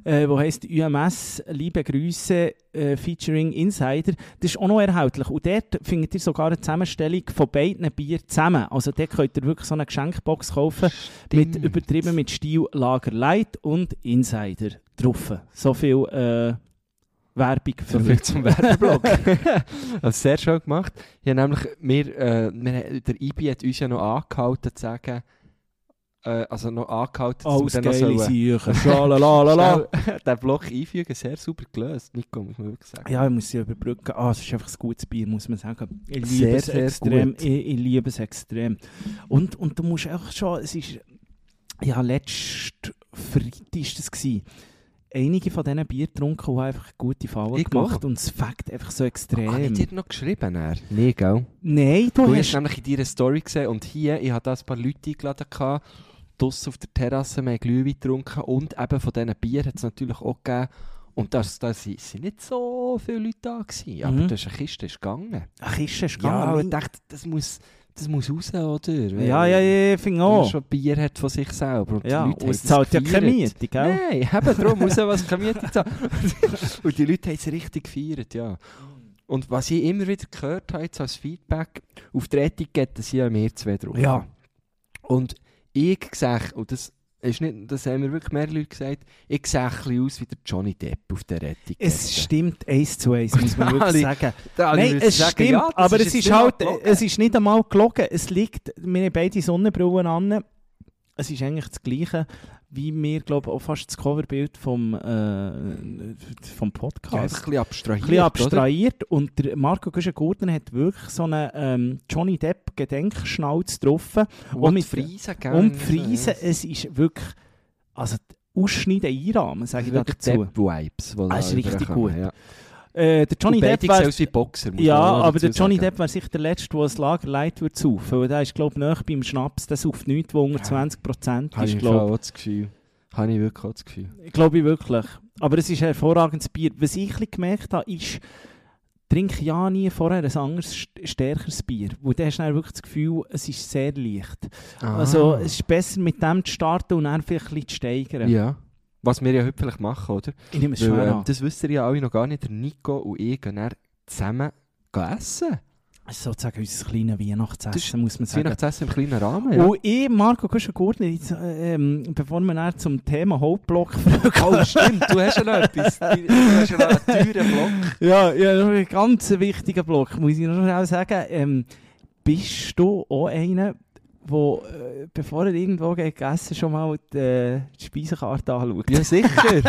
äh, wo heißt UMS, liebe Grüße, äh, featuring Insider, das ist auch noch erhältlich. Und dort findet ihr sogar eine Zusammenstellung von beiden Bier zusammen. Also dort könnt ihr wirklich so eine Geschenkbox kaufen, mit
Stimmt.
übertrieben mit Stil, Lager Light und Insider drauf. So viel äh, Werbung
So
für
viel zum
[LAUGHS]
Werbeblock. [LAUGHS] also sehr schön gemacht. Ich habe nämlich, wir, äh, wir, der IBI hat uns ja noch angehalten zu sagen, äh, also noch angehalten,
Alles
noch
geile
sollen
Sachen. Schalalalala.
[LAUGHS] schnell den Block einfügen. Sehr super gelöst, Nico, muss man wirklich sagen.
Ja, ich muss sie überbrücken. Ah, es ist einfach ein gutes Bier, muss man sagen. Ich liebe
Sehr,
es
sehr
extrem.
gut.
Ich, ich liebe es extrem. Und, und du musst auch schon, es ist, ja, letzten Freitag war das. Gewesen. Einige von diesen Bier getrunken und haben einfach gute Fallen
Ich
gemacht
auch.
und es fängt einfach so
Habe ich
extrem.
dir noch geschrieben? Er? Nee, gell?
Nein, du
Du hast
hast...
nämlich in deiner Story gesehen und hier, ich habe da ein paar Leute eingeladen, gehabt, draussen auf der Terrasse, wir haben Glühwein getrunken und eben von diesen Bier hat es natürlich auch gegeben. Und da das, das sind nicht so viele Leute da gewesen, aber
Mhm.
da ist eine Kiste ist gegangen.
Ach, ist es
Ja, aber ich
gegangen?
dachte, das muss, das muss raus, oder? Weil
Ja, ja, ja, ich finde
Wenn man
auch.
schon Bier hat von sich selber und
Ja,
die
und
Leute
es
haben das
zahlt ja keine
gefeiert.
Miete, gell?
Nein, eben darum raus, was keine Miete zahlt. [LAUGHS] und die Leute haben es richtig gefeiert, ja. Und was ich immer wieder gehört habe jetzt als Feedback, auf der Etikette sind ja wir zwei drauf.
Ja.
Und ich sehe, und das Ist nicht, das haben mir wirklich mehr Leute gesagt. Ich sehe ein bisschen aus wie der Johnny Depp auf der Etikette.
Es stimmt eins zu eins, muss
[LAUGHS]
man wirklich
Ali,
sagen.
Da würde ich
Nein, es
sagen,
stimmt,
ja, das
aber es
jetzt
ist
nicht
halt,
abgelogen.
es ist nicht einmal gelogen. Es liegt, wir haben beide Sonnenbrillen an. Es ist eigentlich das Gleiche, wie mir, glaube ich, auch fast das Coverbild vom, äh, vom
ja,
Podcast.
es ist ein bisschen abstrahiert.
Ein bisschen
oder?
abstrahiert und der Marco Güschen-Gurtner hat wirklich so einen ähm, Johnny Depp Gedenkschnauz getroffen.
Und
mit-
mit Friesen, gell?
Und die Friesen, es ist wirklich, also Ausschneiden einrahmen, sage ich
Wirklich
dazu.
Depp-Vibes. die
Ah,
da
ist richtig
rüberkommen,
gut.
Ja.
Äh, der Johnny
Und beide
Depp
sehen
wäre
aus wie Boxer. muss
ja,
man auch noch
aber der
dazu
Johnny
sagen.
Depp wäre sicher der Letzte, der das Lager leitet würde zu. Weil der ist, glaube ich, nahe beim Schnaps. Der sauft nichts, wo unter
Ja.
20 Prozent
Habe
ist,
ich schon
glaube
auch das Gefühl. Habe ich wirklich auch das Gefühl.
ich. Glaube ich wirklich. Aber es ist ein hervorragendes Bier. Was ich ein bisschen gemerkt habe, ist, trink ja nie vorher ein anderes, st- stärkeres Bier. Weil dann hast du dann wirklich das Gefühl, es ist sehr leicht. Also es ist besser, mit dem zu starten und dann vielleicht ein bisschen zu steigern.
Ah. ja. Was wir ja heute vielleicht machen, oder?
Ich nehme es schwer
Weil, ähm,
an.
das wisst ihr ja alle noch gar nicht. Der Nico und ich gehen dann zusammen essen.
Das ist sozusagen unser kleines Weihnachtsessen, muss man
Das
sagen.
Weihnachtsessen im kleinen Rahmen. Ja.
Und ich, Marco, kannst du gut nicht, äh, ähm, bevor wir dann zum Thema Hauptblock [LAUGHS] fragen.
Oh, stimmt, du hast ja noch
[LAUGHS]
etwas. Du hast ja noch einen teuren Block.
ja, ja, noch einen ganz wichtigen Block, muss ich noch schnell sagen. Ähm, bist du auch einer, wo, äh, bevor er irgendwo geht gegessen schon mal die, äh, die
[LAUGHS]
Speisekarte anschaut?
Ja, sicher.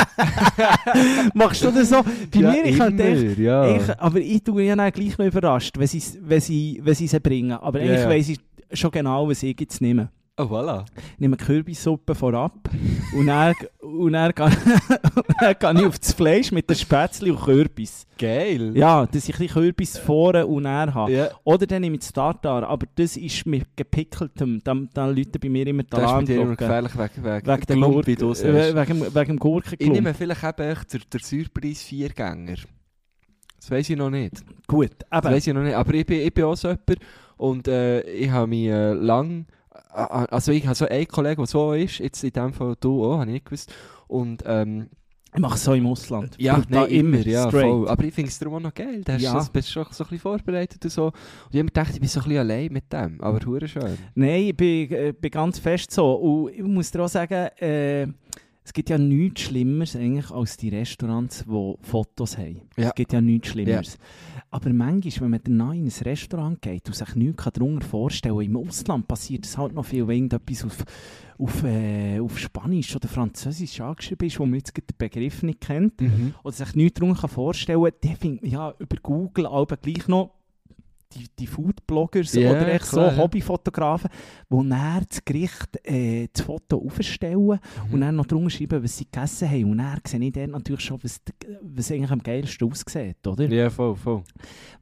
Machst du das so? Bei
ja,
mir, ich könnte echt
immer, ja.
Ich, aber ich tue ja dann gleich noch überrascht, wenn sie wenn sie, wenn sie es bringen. Aber
Ja,
eigentlich
ja.
weiss ich schon genau, was ich jetzt nehme.
Oh, voilà.
Ich nehme Kürbissuppe vorab und dann, und dann, kann, [LAUGHS] und dann kann ich auf das Fleisch mit den Spätzle und Kürbis.
Geil.
Ja, dass ich ein bisschen Kürbis vorne und näher habe.
Ja.
Oder dann nehme ich das Tartar, aber das ist mit gepickeltem. Dann, dann läuten bei mir immer die
Das ist bei dir immer
Alarmglocken.
gefährlich wegen, wegen,
Wegen der
Klump,
Gurke,
wie du es
äh,
hast.
wegen, dem- wegen dem
Ich
Gurkenklump.
nehme vielleicht eben echt den, den Surpreis Viergänger. Das weiß ich noch nicht.
Gut,
Das
eben.
weiß ich noch nicht. Aber ich bin, ich bin auch so jemand und äh, ich habe mich äh, lang. a- a- Also ich habe so einen Kollegen, der so ist, jetzt in dem Fall du auch, habe ich nicht gewusst. Und ähm,
Ich mache es so im Ausland.
ja,
Brutal,
nein, immer, ja,
straight.
voll. Aber ich finde es darum auch noch geil. Du hast
Ja.
das, bist schon so ein bisschen vorbereitet und so. Und ich habe mir gedacht, ich bin so ein bisschen allein mit dem, aber hure schön.
Nein, ich bin, äh, bin ganz fest so. Und ich muss dir auch sagen, äh, es gibt ja nichts Schlimmeres eigentlich als die Restaurants, die Fotos haben.
Ja.
Es gibt ja nichts Schlimmeres. Aber manchmal, wenn man danach in ein Restaurant geht und sich nichts darunter vorstellen kann, im Ausland passiert es halt noch viel, wenn irgendetwas auf, auf, äh, auf Spanisch oder Französisch angeschrieben ist, wo man jetzt gerade den Begriff nicht kennt
Mhm.
oder sich nichts darunter kann vorstellen kann, der findet man ja über Google aber gleich noch die, die Foodbloggers
Ja,
oder echt
klar,
so
ja.
Hobbyfotografen, die dann das Gericht äh, das Foto aufstellen
Mhm.
und dann noch drunter schreiben, was sie gegessen haben. Und dann sehe ich dann natürlich schon, was, die- was eigentlich am geilsten aussieht, oder?
Ja, voll, voll.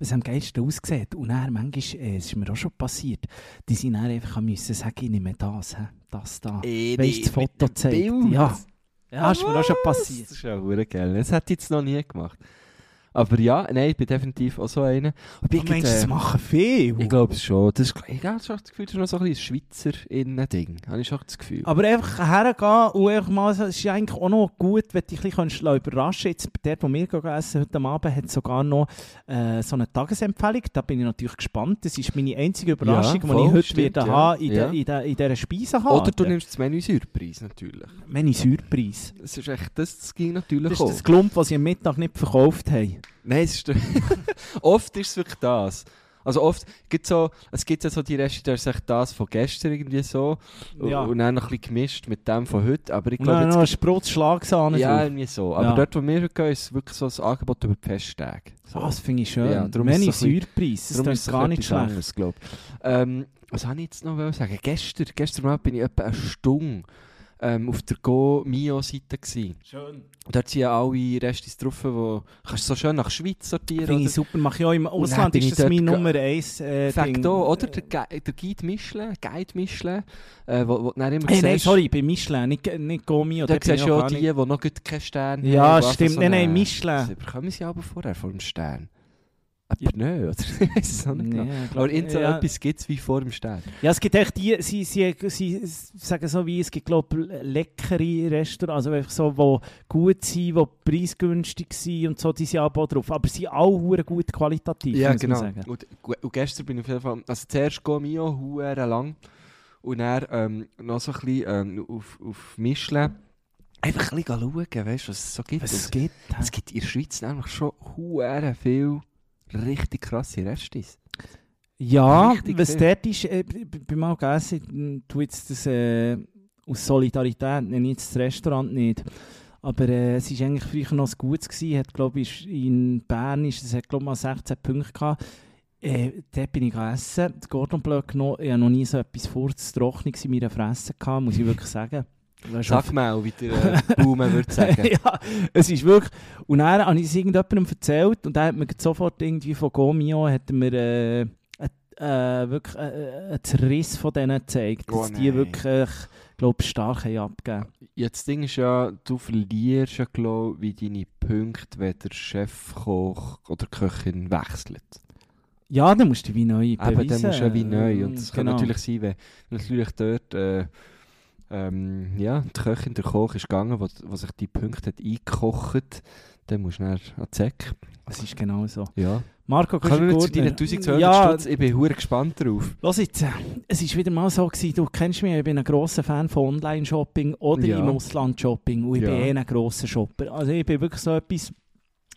was am geilsten aussieht. Und dann manchmal, äh, es ist mir auch schon passiert, die sind dann einfach müssen sagen, ich nehme das, hä, das da.
Äh,
Weißt du, das Foto zeigt.
Bild.
Ja, ja ist mir auch schon passiert.
Das ist ja hure geil. Das hätte ich jetzt noch nie gemacht. Aber ja, nein, ich bin definitiv auch so einer. Und ich
Du
bin,
meinst, Oh, das
äh,
machen viel.
Ich glaube es schon. Das ist, ich habe schon das Gefühl, das ist noch so ein bisschen ein Schweizer Innending. Habe ich schon das Gefühl.
Aber einfach hergehen und einfach mal, so- es ist eigentlich auch noch gut, wenn du dich ein bisschen lassen überraschen kannst. Jetzt, dort, wo wir gehen essen, heute Abend, hat sogar noch äh, so eine Tagesempfehlung. Da bin ich natürlich gespannt. Das ist meine einzige Überraschung,
Ja,
die ich
voll,
heute
stimmt,
werde
ja.
haben in,
Ja.
der, in, der, in dieser Speisekarte.
Oder du nimmst das Menü Surprise natürlich.
Meine Surprise.
Das ist echt, das, das ging natürlich
Das ist
auch.
das Klump, was sie am Mittag nicht verkauft haben.
Nein, es ist, [LAUGHS] oft ist es wirklich das. Also oft gibt so, es gibt ja so die Reste, da ist echt das von gestern irgendwie so.
Ja.
Oh, Und dann noch ein bisschen gemischt mit dem von heute. Aber ich
Und dann
glaube,
noch eine Sprutz Schlagsahne
jetzt, ja,
ja.
irgendwie so. Aber
Ja.
dort, wo wir gehen, ist wirklich so ein Angebot über die Festtage. So.
Ah, das finde ich schön.
Ja, darum ist
Meine
es so ein
Surprise. Das
Darum
ist
es
gar
etwas
nicht schlecht.
anderes, glaub ich. Ähm, was wollte ich jetzt noch sagen? Gestern, gestern Abend bin ich etwa eine Stunde ähm, auf der Go-Mio-Seite. gewesen.
Schön.
Und Dort sind ja alle Restis drauf, die kannst du so schön nach Schweiz sortieren.
Finde ich
Oder?
super. Mache ich auch im
dann
Ausland.
bin ich
Ist das
dort
mein
ge-
Nummer 1 äh, Ding.
Fakt auch, oder? Der, Gu- der Guide Michelin, Guide Michelin, äh, wo, wo du dann immer
Hey, nein,
siehst-
sorry, bei Michelin, nicht, nicht Gomi oder
Dort siehst du auch die,
nicht.
die noch gut keinen Stern
Ja,
haben. die einfach
stimmt. Nein, nein,
eine-
Michelin.
Das bekommen sie aber vorher vor dem Stern.
Ah. Ja.
Aber nein, oder? [LAUGHS] Ich weiss es noch nicht genau.
Nee, ich glaub-
Aber in so
ja.
etwas gibt es wie vor dem Stern.
ja, es gibt echt die, sie, sie, sie sagen so wie, es gibt glaube leckere Restaurants, also einfach so, die gut sind, die preisgünstig sind und so, die sind aber auch drauf. Aber sie sind alle hure gut qualitativ,
Ja,
muss
genau.
man sagen.
Und, gu- und gestern bin ich auf jeden Fall. Also zuerst gehe ich auch lang. Und dann ähm, noch so ein bisschen ähm, auf, auf Michelin. Einfach ein bisschen schauen, weißt du, was es so gibt.
Was
Es,
es gibt. hä?
es gibt in der Schweiz nämlich schon huere viel richtig krasse Restis.
Ja,
Richtig
was
viel.
dort ist, äh, b- b- beim Algessen tue jetzt das äh, aus Solidarität, nenne ich jetzt das Restaurant nicht. Aber äh, es war eigentlich früher noch ein gutes. Gewesen. Hat, glaub, ich, in Bern ist es hat, glaub, mal 16 Punkte gehabt. Äh, dort bin ich gegessen. Das Gordon Bleu genommen. Ich habe noch nie so etwas vorzutrocknet in meiner Fresse gehabt, muss ich wirklich sagen. Weisst du,
Sag mal, wie der [LAUGHS] äh, Baume würde sagen.
[LAUGHS] ja, es ist wirklich. Und dann habe ich es irgendjemandem erzählt und dann hat mir sofort irgendwie von Gomio hat mir, äh, äh, äh, wirklich äh, äh, einen Zerriss von denen gezeigt,
Oh
dass die
nein.
wirklich, glaube stark haben abgegeben.
Ja, das Ding ist ja, du verlierst ja, glaube ich, wie deine Punkte, wenn der Chefkoch oder die Köchin wechselt.
Ja, dann musst du wie neu beweisen. Genau,
Aber dann musst du ja wie neu. Und es
das
kann natürlich sein, wenn natürlich dort äh, ähm, ja, die Köchin, der Koch ist gegangen, wo, wo sich die Punkte hat eingekocht, dann musst du dann an die Säcke.
Es ist genau so.
Ja.
Marco,
Kommen wir zu
Kuschelgurtner.
deinen 1200
äh, ja,
Stutz? Ich bin hure gespannt drauf.
Los jetzt, äh, es ist wieder mal so gewesen, du kennst mich, ich bin ein grosser Fan von Online-Shopping oder
Ja.
im Ausland-Shopping und ich bin
Ja.
eh ein grosser Shopper. Also ich bin wirklich so etwas,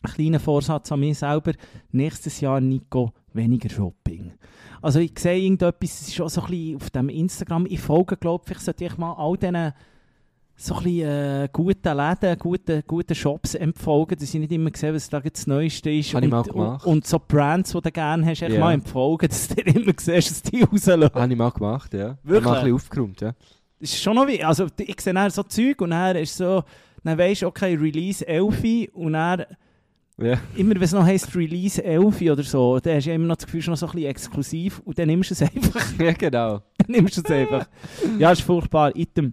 ein kleiner Vorsatz an mich selber, nächstes Jahr, Nico, weniger Shopping. Also ich sehe irgendetwas, es ist auch so ein bisschen auf dem Instagram, ich folge glaube ich, sollte ich mal all diesen so ein bisschen, äh, guten Läden, guten, guten Shops empfolgen, dass ich nicht immer sehe, was da jetzt das Neueste ist.
Habe
und,
ich mal gemacht.
Und, und so Brands, die du gerne hast, echt
Ja.
mal empfolgen, [LAUGHS] dass du immer siehst, dass die [LAUGHS] rauslösen.
Habe ich mal gemacht, ja.
Wirklich?
Mal ein bisschen aufgeräumt, ja.
Das ist schon noch wie, also ich sehe dann so Zeug und dann ist so, dann weisst du, okay, Release 11 und dann,
ja. [LAUGHS]
immer wenn es noch heisst Release 11 oder so, dann hast du immer noch das Gefühl, es ist noch so ein bisschen exklusiv und dann nimmst du es [LAUGHS] einfach.
ja, genau.
Dann nimmst du es einfach. ja, ist furchtbar. Item.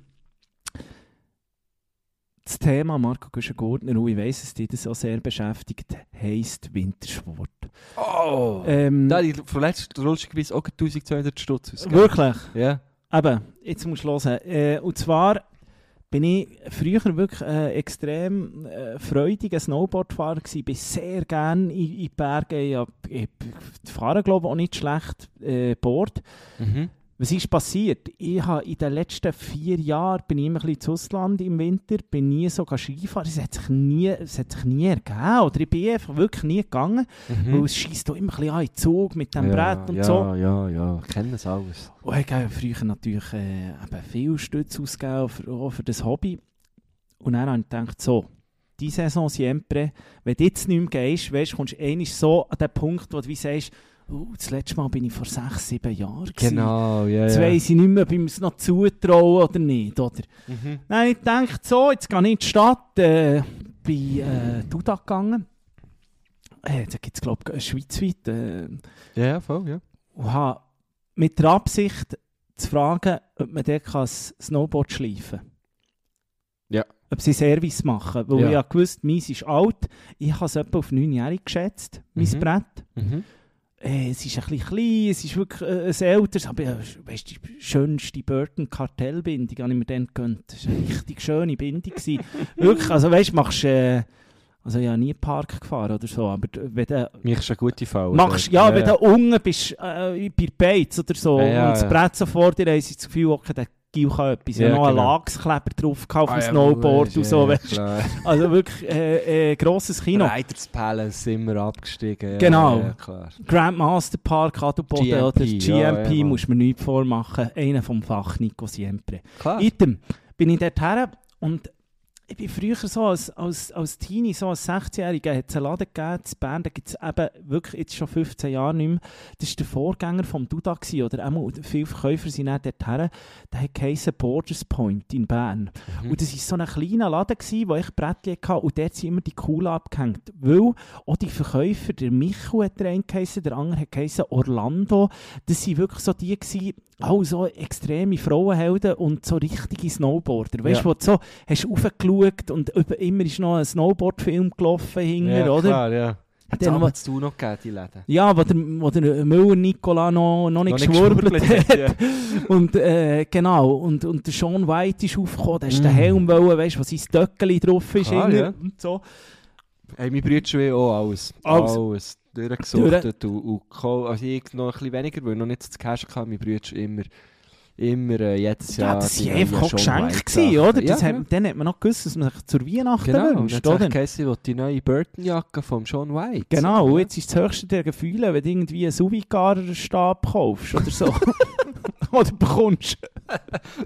Das Thema Marco Güschen-Gurtner, und ich weiss, dass dich das auch sehr beschäftigt, heisst Wintersport.
Oh!
Ähm,
Da habe ich vorletzt lustigerweise auch 1200 Stutz ausgegeben.
wirklich?
Ja.
Eben, jetzt musst du hören. Äh, und zwar bin ich früher wirklich äh, extrem äh, freudiger Snowboardfahrer gewesen. bin sehr gerne in, in die Berge. Ich, hab- ich fahre, glaube ich, auch nicht schlecht äh, Board.
Mhm.
Was ist passiert? Ich habe in den letzten vier Jahren bin ich immer ein bisschen ins Ausland im Winter, bin nie so Skifahren. Es hat sich nie, es hat sich nie ergeben. Oder ich bin einfach wirklich nie gegangen, weil
Mhm.
es schießt immer ein bisschen an in den Zug mit dem Brett und
ja,
so.
Ja, ja, ja. Ich kenne das alles.
Und ich habe früher natürlich äh, eben viel Stütz ausgegeben für, auch für das Hobby. Und dann habe ich gedacht, so, die Saison siempre, wenn du jetzt nicht mehr gehst, weißt, du, kommst du einmal so an den Punkt, wo du wie sagst, «Uh, das letzte Mal bin ich vor sechs, sieben Jahren. gewesen.
Genau, ja,
Jetzt
ja.
weiss ich nicht mehr, ob ich mir es noch zutraue oder nicht. Oder?
Mhm.
Nein, ich dachte so, jetzt gehe ich in die Stadt, äh, bin äh, Duda gegangen. Äh, da gibt es, glaube ich, schweizweit... Äh,
Ja, ja, voll, ja.
und habe mit der Absicht zu fragen, ob man dort ein Snowboard schleifen kann.
Ja.
Ob sie Service machen. Weil
Ja.
ich ja gewusst, meins ist alt. Ich habe es etwa auf 9 Jahre geschätzt, mein
Mhm.
Brett.
Mhm.
Äh, es ist ein bisschen klein, es ist wirklich äh, ein älteres, aber ja, weißt, du, die schönste Burton-Kartellbindung habe ich mir dann gegönnt. Das war eine richtig schöne Bindung.
[LAUGHS]
gewesen. wirklich, also weißt du, machst... Äh, also ich habe nie Park gefahren oder so, aber d- wenn du
Mich ist eine gute Fall.
Machst, ja, wenn du unten bist, äh, bei Bates oder so,
Ja, ja,
und das
ja.
Brett so vor dir, hast du das Gefühl, okay, der Gil kann etwas. Ja,
Ja,
noch einen
genau.
Lachskleber drauf
Ah,
gehabt auf dem Snowboard und so, weißt du. Also wirklich, äh, äh, grosses Kino.
Riders Palace sind wir abgestiegen. Ja,
Genau.
Ja, klar.
Grandmaster Park, Adelboden
GMP,
oder
ja,
GMP,
ja, Mann.
muss man nichts vormachen. Einer vom Fach, Nico Siempre.
klar.
Item, bin ich dort her und ich bin früher so als, als, als Teenie, so als 16-Jähriger, hat es einen Laden gegeben, in Bern, da gibt es eben wirklich jetzt schon 15 Jahre nicht mehr. Das war der Vorgänger vom Duda, gewesen, oder auch viele Verkäufer sind dann dort her. Der hat geheissen Borders Point in Bern.
Mhm.
Und das war so ein kleiner Laden, gewesen, wo ich Brettchen hatte und dort sind immer die Kuhlen abgehängt. Weil auch die Verkäufer, der Michu hat der eine geheissen, der andere hat geheissen Orlando, das waren wirklich so die, gewesen, auch so extreme Frauenhelden und so richtige Snowboarder. Weißt du,
Ja.
wo du so hast aufgeschaut und über, immer ist noch ein Snowboard-Film gelaufen hinter,
ja,
oder?
Klar, ja. Hat es
Dann, wo,
damals zu noch gegeben, die Läden?
ja, wo der, wo der Müller Nicola noch, noch nicht geschwurbelt hat.
ja.
Und äh, genau, und, und der Sean White ist aufgekommen, der ist den
Mm.
Helm wollen, weißt du, wo sein Stöckeli drauf ist.
Klar,
hinten
ja.
und so.
Hey, mein Bruder schon eh auch alles.
Alles.
Alles. Durchgesuchtet und, und geholt. Also ich noch ein bisschen weniger, weil ich noch nicht so das Cash hatte. Mein Bruder schon immer immer äh, jedes Jahr.
Ja, das
die
war einfach
neuen
auch Geschenke,
Shaun-White
gewesen,
Sachen.
oder? Das
Ja,
hat,
ja.
Dann hat man noch gewusst, dass man sich zur Weihnachten
Genau, und
wünscht,
dann
oder?
hat es geheißen, die neue Burton-Jacke vom John White.
Genau,
Ja. [LAUGHS]
und jetzt ist das höchste der Gefühle, wenn du irgendwie einen Suvigarer-Stab kaufst
[LAUGHS]
oder so. [LAUGHS] oder bekommst.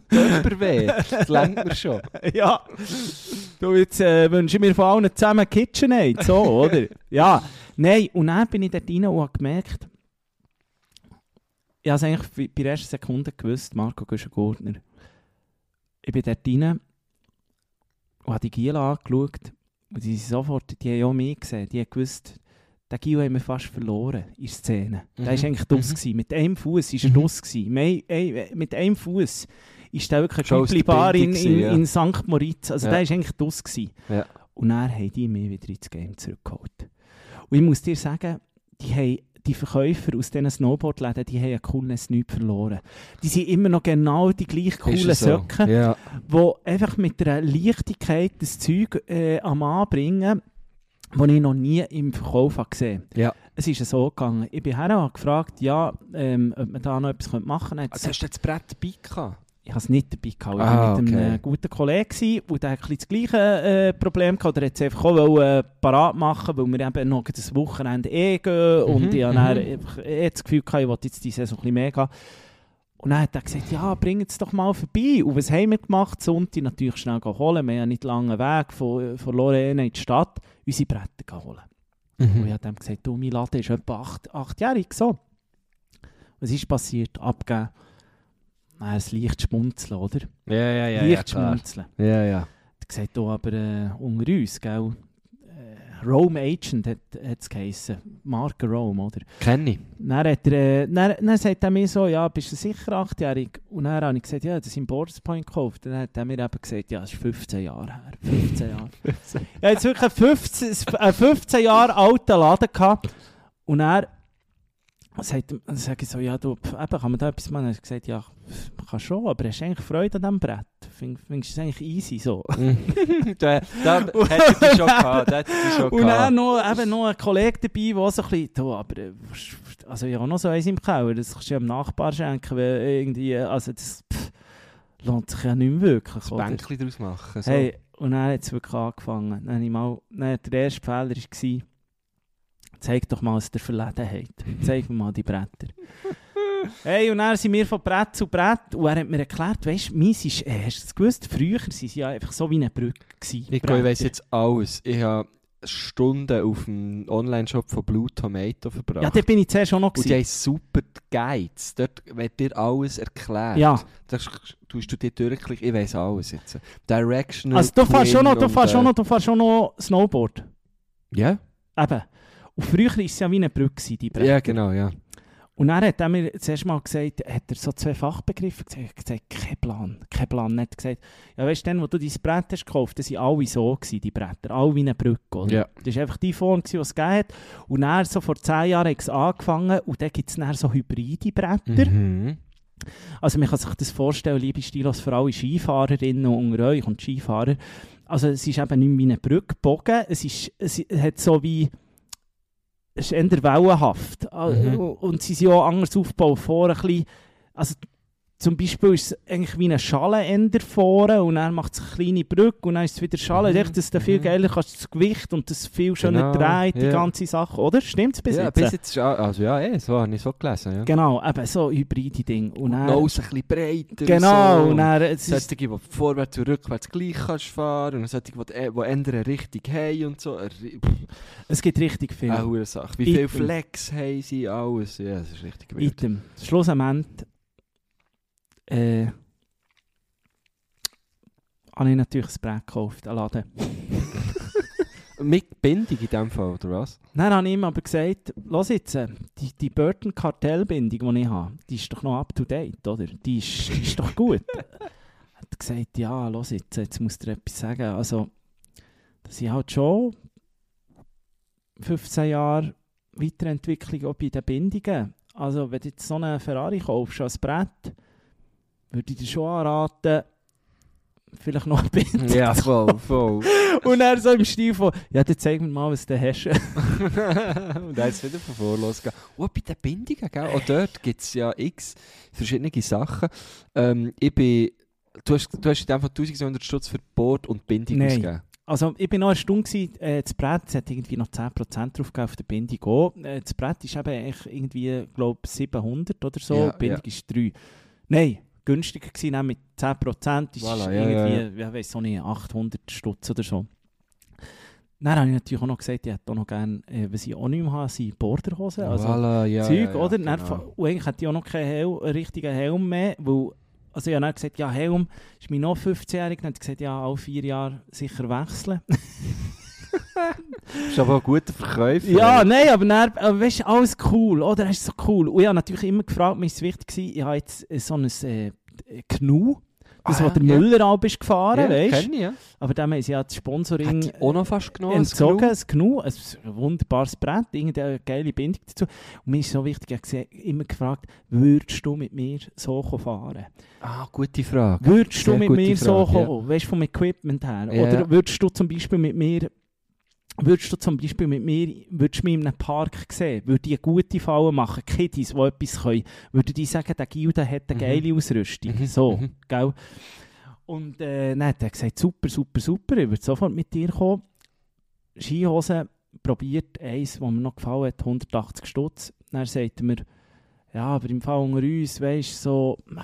Körperweh, das lernt man
[LAUGHS]
schon.
ja. Du, jetzt äh, wünsche ich mir von allen zusammen KitchenAid, so,
[LAUGHS]
oder? ja. Nein, und dann bin ich dort rein und habe gemerkt, ich habe es eigentlich bei- bei der ersten Sekunde gewusst, Marco Güschen-Gurtner. Ich bin dort rein und habe die Giel angeschaut und die sind sofort, die haben auch mich gesehen, die haben gewusst, den Gil haben wir fast verloren in der Szene. Der war
Mhm.
eigentlich draus.
Mhm.
gewesen. Mit einem Fuß war er draus. gewesen. Mei- ey, Mit einem Fuß ist der wirklich
Schon
eine
aus der
Bar in,
Bindung
in,
gewesen, ja.
in St. Moritz. Also
Ja.
der war eigentlich draus. gewesen.
Ja.
Und dann haben die mich wieder ins Game zurückgeholt. Und ich muss dir sagen, die, haben, die Verkäufer aus diesen Snowboardläden, die haben an Coolness nichts verloren. Die sind immer noch genau die gleich coolen
Ist so.
Socken
Ja.
wo einfach mit einer Leichtigkeit das Zeug äh, am Anbringen, das ich noch nie im Verkauf habe gesehen
Ja.
Es ist so gegangen. Ich bin her und habe gefragt, ja, ähm, ob man da noch etwas machen könnte. Er hat
Also hast
gesagt,
du das Brett dabei gehabt?
Ich habe es nicht dabei gehabt. Ich
Ah,
war mit einem
okay.
äh, guten Kollegen, gewesen, und der hat ein bisschen das gleiche äh, Problem gehabt. Der hat es einfach auch wollen, äh, parat machen, weil wir eben noch das Wochenende eh gehen und
Mhm,
ich habe
mhm.
dann einfach eh das Gefühl gehabt, ich wollte jetzt die Saison ein bisschen mehr gehen. Und dann hat er gesagt, ja, bring es doch mal vorbei. Und was haben wir gemacht? Sonntag natürlich schnell holen. Wir haben ja nicht langen Weg von, von Lorena in die Stadt. Unsere Bretter holen.
Mhm.
Und
Hm.
ich habe dem gesagt, du, mein Laden ist etwa acht, achtjährig. So. Was ist passiert? Abgeben. Dann das Licht schmunzeln, oder?
Ja, ja, ja.
Licht
klar.
schmunzeln.
ja, ja.
Er hat gesagt, du, aber äh, unter uns, gell? Äh, Rome Agent hat es geheissen. Marke Rome, oder? [LAUGHS]
Kenne ich.
Dann, hat er, äh, dann, dann sagt er mir so, ja, bist du sicher achtjährig? Und dann habe ich gesagt, ja, das ist im Borders Point gekauft. Dann hat er mir eben gesagt, ja, das ist 15 Jahre her. 15 Jahre. er hat jetzt wirklich einen 15, einen 15 Jahre alten Laden gehabt. Und er sagt, er- dann sage ich so, ja, du, pf, eben, kann man da etwas machen? Er hat gesagt, ja, pf, man kann schon, aber hast du eigentlich Freude an diesem Brett? Find- Findest du es eigentlich easy so?
da
[LAUGHS]
da hätte ich schon gehabt. Da hätte ich schon
Und
gehabt.
dann noch, eben noch ein Kollege dabei, der auch so ein bisschen, «Du, aber äh, was- also ich habe auch noch so eins im Keller, das kannst du ja dem Nachbar schenken, weil irgendwie, äh, also das pff, lohnt sich ja nicht mehr wirklich.
Das
oder?
Bänkchen draus machen. So.
Hey, und dann hat es wirklich angefangen. Dann habe ich mal, dann, der erste Fehler war, zeig doch mal aus der Verlegenheit. Zeig mir mal die Bretter.
[LAUGHS]
hey, und dann sind wir von Brett zu Brett und er hat mir erklärt, weißt du, meins ist, äh, hast du das gewusst, früher waren sie ja einfach so wie eine Brücke. gewesen,
Nico, ich
Bretter.
weiss jetzt alles. Ich habe Stunden auf dem Online-Shop von Blue Tomato verbracht.
Ja, da bin ich zuerst auch noch.
und die
gewesen.
haben super Guides. Dort wird dir alles erklärt.
Ja.
Da sch- tust du dir durchklicken. Ich weiss alles jetzt. Directional.
Also du fährst schon noch, du
Twin
fährst schon
und,
noch, du fährst schon noch Snowboard.
äh, Ja?
Eben. Und früher war es ja wie eine Brücke, gewesen, die Bretter.
Ja, genau, ja.
Und dann hat er mir zuerst mal gesagt, hat er so zwei Fachbegriffe gesagt, ich hab gesagt, kein Plan, kein Plan. Dann hat er gesagt, ja weißt du, dann, wo du dein Brett hast gekauft, das waren alle so, gewesen, die Bretter, alle wie eine Brücke, oder?
Ja.
Das war einfach die Form, gewesen, die es gegeben hat. Und dann, so vor zehn Jahren hat es angefangen und dann gibt es dann so hybride Bretter.
Mhm.
Also man kann sich das vorstellen, liebe Stilos, für alle Skifahrerinnen unter euch und Skifahrer. Also es ist eben nicht mehr wie eine Brücke gebogen, es, ist, es hat so wie... Es ist eher wellenhaft. Ah,
Mhm.
Und sie sind auch anders aufgebaut. Vorne ein bisschen, also zum Beispiel ist es eigentlich wie eine Schale eher vorne und dann macht es eine kleine Brücke und dann ist es wieder Schale.
Mhm.
Mhm. Das ist viel
Mhm.
geiler, kannst du das Gewicht und das viel schöner
Genau,
dreht, die
ja.
ganze Sache, oder? Stimmt's bis
ja,
jetzt? äh?
bis jetzt. ist a- Also, ja, eh, so habe ich so gelesen. Ja.
Genau, eben so hybride Dinge. Und dann,
Nose ein bisschen breiter.
genau,
so.
und dann, es ist
Solche, die vorwärts und rückwärts gleich kannst fahren und solche, die, die ändern Richtung haben und so. Eine ri- Pff,
Es gibt richtig viel.
Eine hohe Ah, Sache. Wie
Ich-
viel Flex haben sie, alles. Ja, das ist richtig wild.
Item. Schlussendlich äh, habe ich natürlich das Brett gekauft, einen Laden.
Mit Bindung in dem Fall, oder was?
Dann habe ich ihm aber gesagt, «Los jetzt, äh, die, die Burton-Kartellbindung, die ich habe, die ist doch noch up-to-date, oder? Die ist, die ist doch gut.» [LAUGHS] Er hat gesagt, «Ja, los jetzt, äh, jetzt muss dir etwas sagen. Also, dass ich halt schon 15 Jahre Weiterentwicklung auch bei den Bindungen. Also, wenn du jetzt so einen Ferrari kaufst als Brett, würde ich dir schon anraten, vielleicht noch ein
[LAUGHS]
bisschen.
Ja, voll, voll.
[LAUGHS] Und er so im Stil von, ja, dann zeig mir mal, was du hast.
[LAUGHS] und dann ist es wieder von vorne losgegangen. Oh, bei den Bindungen, gell? Auch dort gibt es ja x verschiedene Sachen. Ähm, ich bin... Du hast, du hast in dem Fall 1700 Stutz für Board und Bindung
Nein.
ausgegeben.
Also ich bin noch eine Stunde, gewesen, äh, das Brett es hat irgendwie noch 10% drauf auf der Bindung auch. Äh, das Brett ist eben eigentlich irgendwie, glaube 700 oder so,
Ja,
die Bindung ist 3. Nein, günstiger gewesen, auch mit 10%, das
Voilà,
ist
ja,
irgendwie, ja, ich weiss auch nicht, 800 Stutz oder so. Dann habe ich natürlich auch noch gesagt, ich hätte auch noch gerne, äh, was ich auch nicht mehr habe, sind Borderhosen, also
Voilà, ja,
Zeug,
ja, ja,
oder?
genau.
Dann fa- Und eigentlich hätte ich auch noch keinen Hel richtigen Helm mehr, weil also ich habe dann gesagt, ja, Helm ist mein noch 15-Jähriger. Dann hat er gesagt, ja, alle vier Jahre
[LAUGHS]
sicher wechseln.
Ist aber ein guter Verkäufer.
ja, nein, aber dann, aber weißt du, alles cool, oder? Das ist so cool. Und ich habe natürlich immer gefragt, mir ist wichtig gewesen, ich habe jetzt äh, so ein äh, Gnu, das,
Ah,
ah, was der
ja.
Müller ab ist gefahren, weißt du?
Kenn ich, ja.
Aber dem haben sie ja das Sponsoring...
Hat auch noch fast genommen. als
entzogen,
genug.
ein Gnu, ein wunderbares Brett, irgendeine geile Bindung dazu. Und mir ist so wichtig, ich habe gesehen- immer gefragt, würdest du mit mir so fahren?
Ah, gute Frage.
Würdest
Sehr
du mit
gute
mir so
Frage, ja.
kommen? Weißt du, vom Equipment her?
Ja.
Oder würdest du zum Beispiel mit mir, würdest du zum Beispiel mit mir, würdest du mich in einem Park sehen? Würde ich eine gute Falle machen? Kiddies, die etwas können? Würde die sagen, der Gilda hat eine
Mhm.
geile Ausrüstung?
Mhm,
So,
mhm.
gell? Und äh, dann hat er gesagt, super, super, super, ich würde sofort mit dir kommen. Skihosen, probiert eins, was mir noch gefallen hat, 180 Stutz. Dann sagt er mir, ja, aber im Fall unter uns, weißt du, so... äh,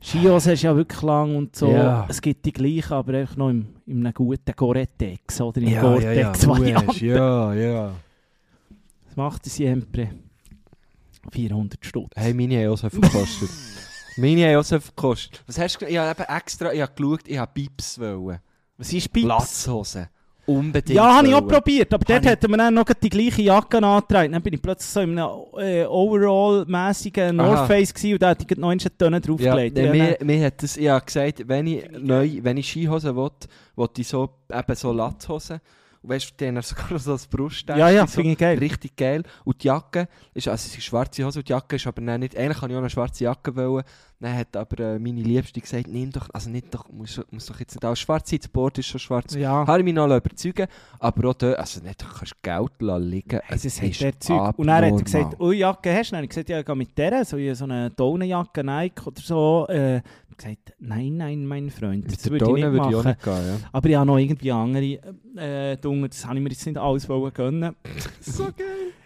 Skihosen ist ja wirklich lang und so.
Ja.
Es gibt die gleichen, aber einfach noch im, in einem guten Gore-Tex oder im
Ja, ja, [LAUGHS] ja.
Gore-Tex-Variante.
Weisst, Ja, ja.
Was macht sie siempre? 400 Stutz.
Hey, meine haben auch so viel [LAUGHS] gekostet. meine haben auch so viel gekostet. Was hast du ge- Ich habe eben extra ich habe geschaut, ich habe Bips wollen.
Was ist Bips?
Latzhosen. Unbedingt.
Ja, habe ich auch
wollen.
probiert, aber dort
ich-
hätten wir dann noch die gleiche Jacke angetragen. Dann bin ich plötzlich so in einem äh, Overall-mäßigen
Aha.
North Face gewesen und da hätte ich gerade noch einen Tonnen
Ja,
draufgelegt.
nee,
Ja,
mir,
dann-
mir hat das, ich habe gesagt, wenn ich, neu, wenn ich Skihosen will, will ich so, eben so Latzhosen. Und weißt du, die haben dann [LAUGHS] sogar noch so das Brustteil.
ja, ja
so,
finde ich geil.
Richtig geil. Und die Jacke ist, also es ist eine schwarze Hose und die Jacke ist aber dann nicht, eigentlich kann ich auch eine schwarze Jacke wollen. Dann hat aber äh, meine Liebste gesagt, nimm doch, also nicht doch, muss, muss doch jetzt nicht alles schwarz sein, das Board ist schon schwarz.
Ja.
Habe ich mich noch überzeugen lassen, aber auch dort, also nicht, du kannst Geld lassen liegen. es
Es ist hat
ist
der Zeug. Und dann hat er
abnormal.
gesagt, oh, «Ui, Jacke hast du?» Dann habe ich gesagt, «Ja, ich gehe mit der, so, in so eine Daunenjacke, Nike oder so.» äh, Er hat gesagt, «Nein, nein, mein Freund,
Mit
das
der
würde ich
Tonne
nicht
würde ich auch
machen.»
nicht gehen, ja.
Aber ich habe noch irgendwie andere äh, Dinge, das habe ich mir jetzt nicht alles wollen gönnen.
[LAUGHS] So geil.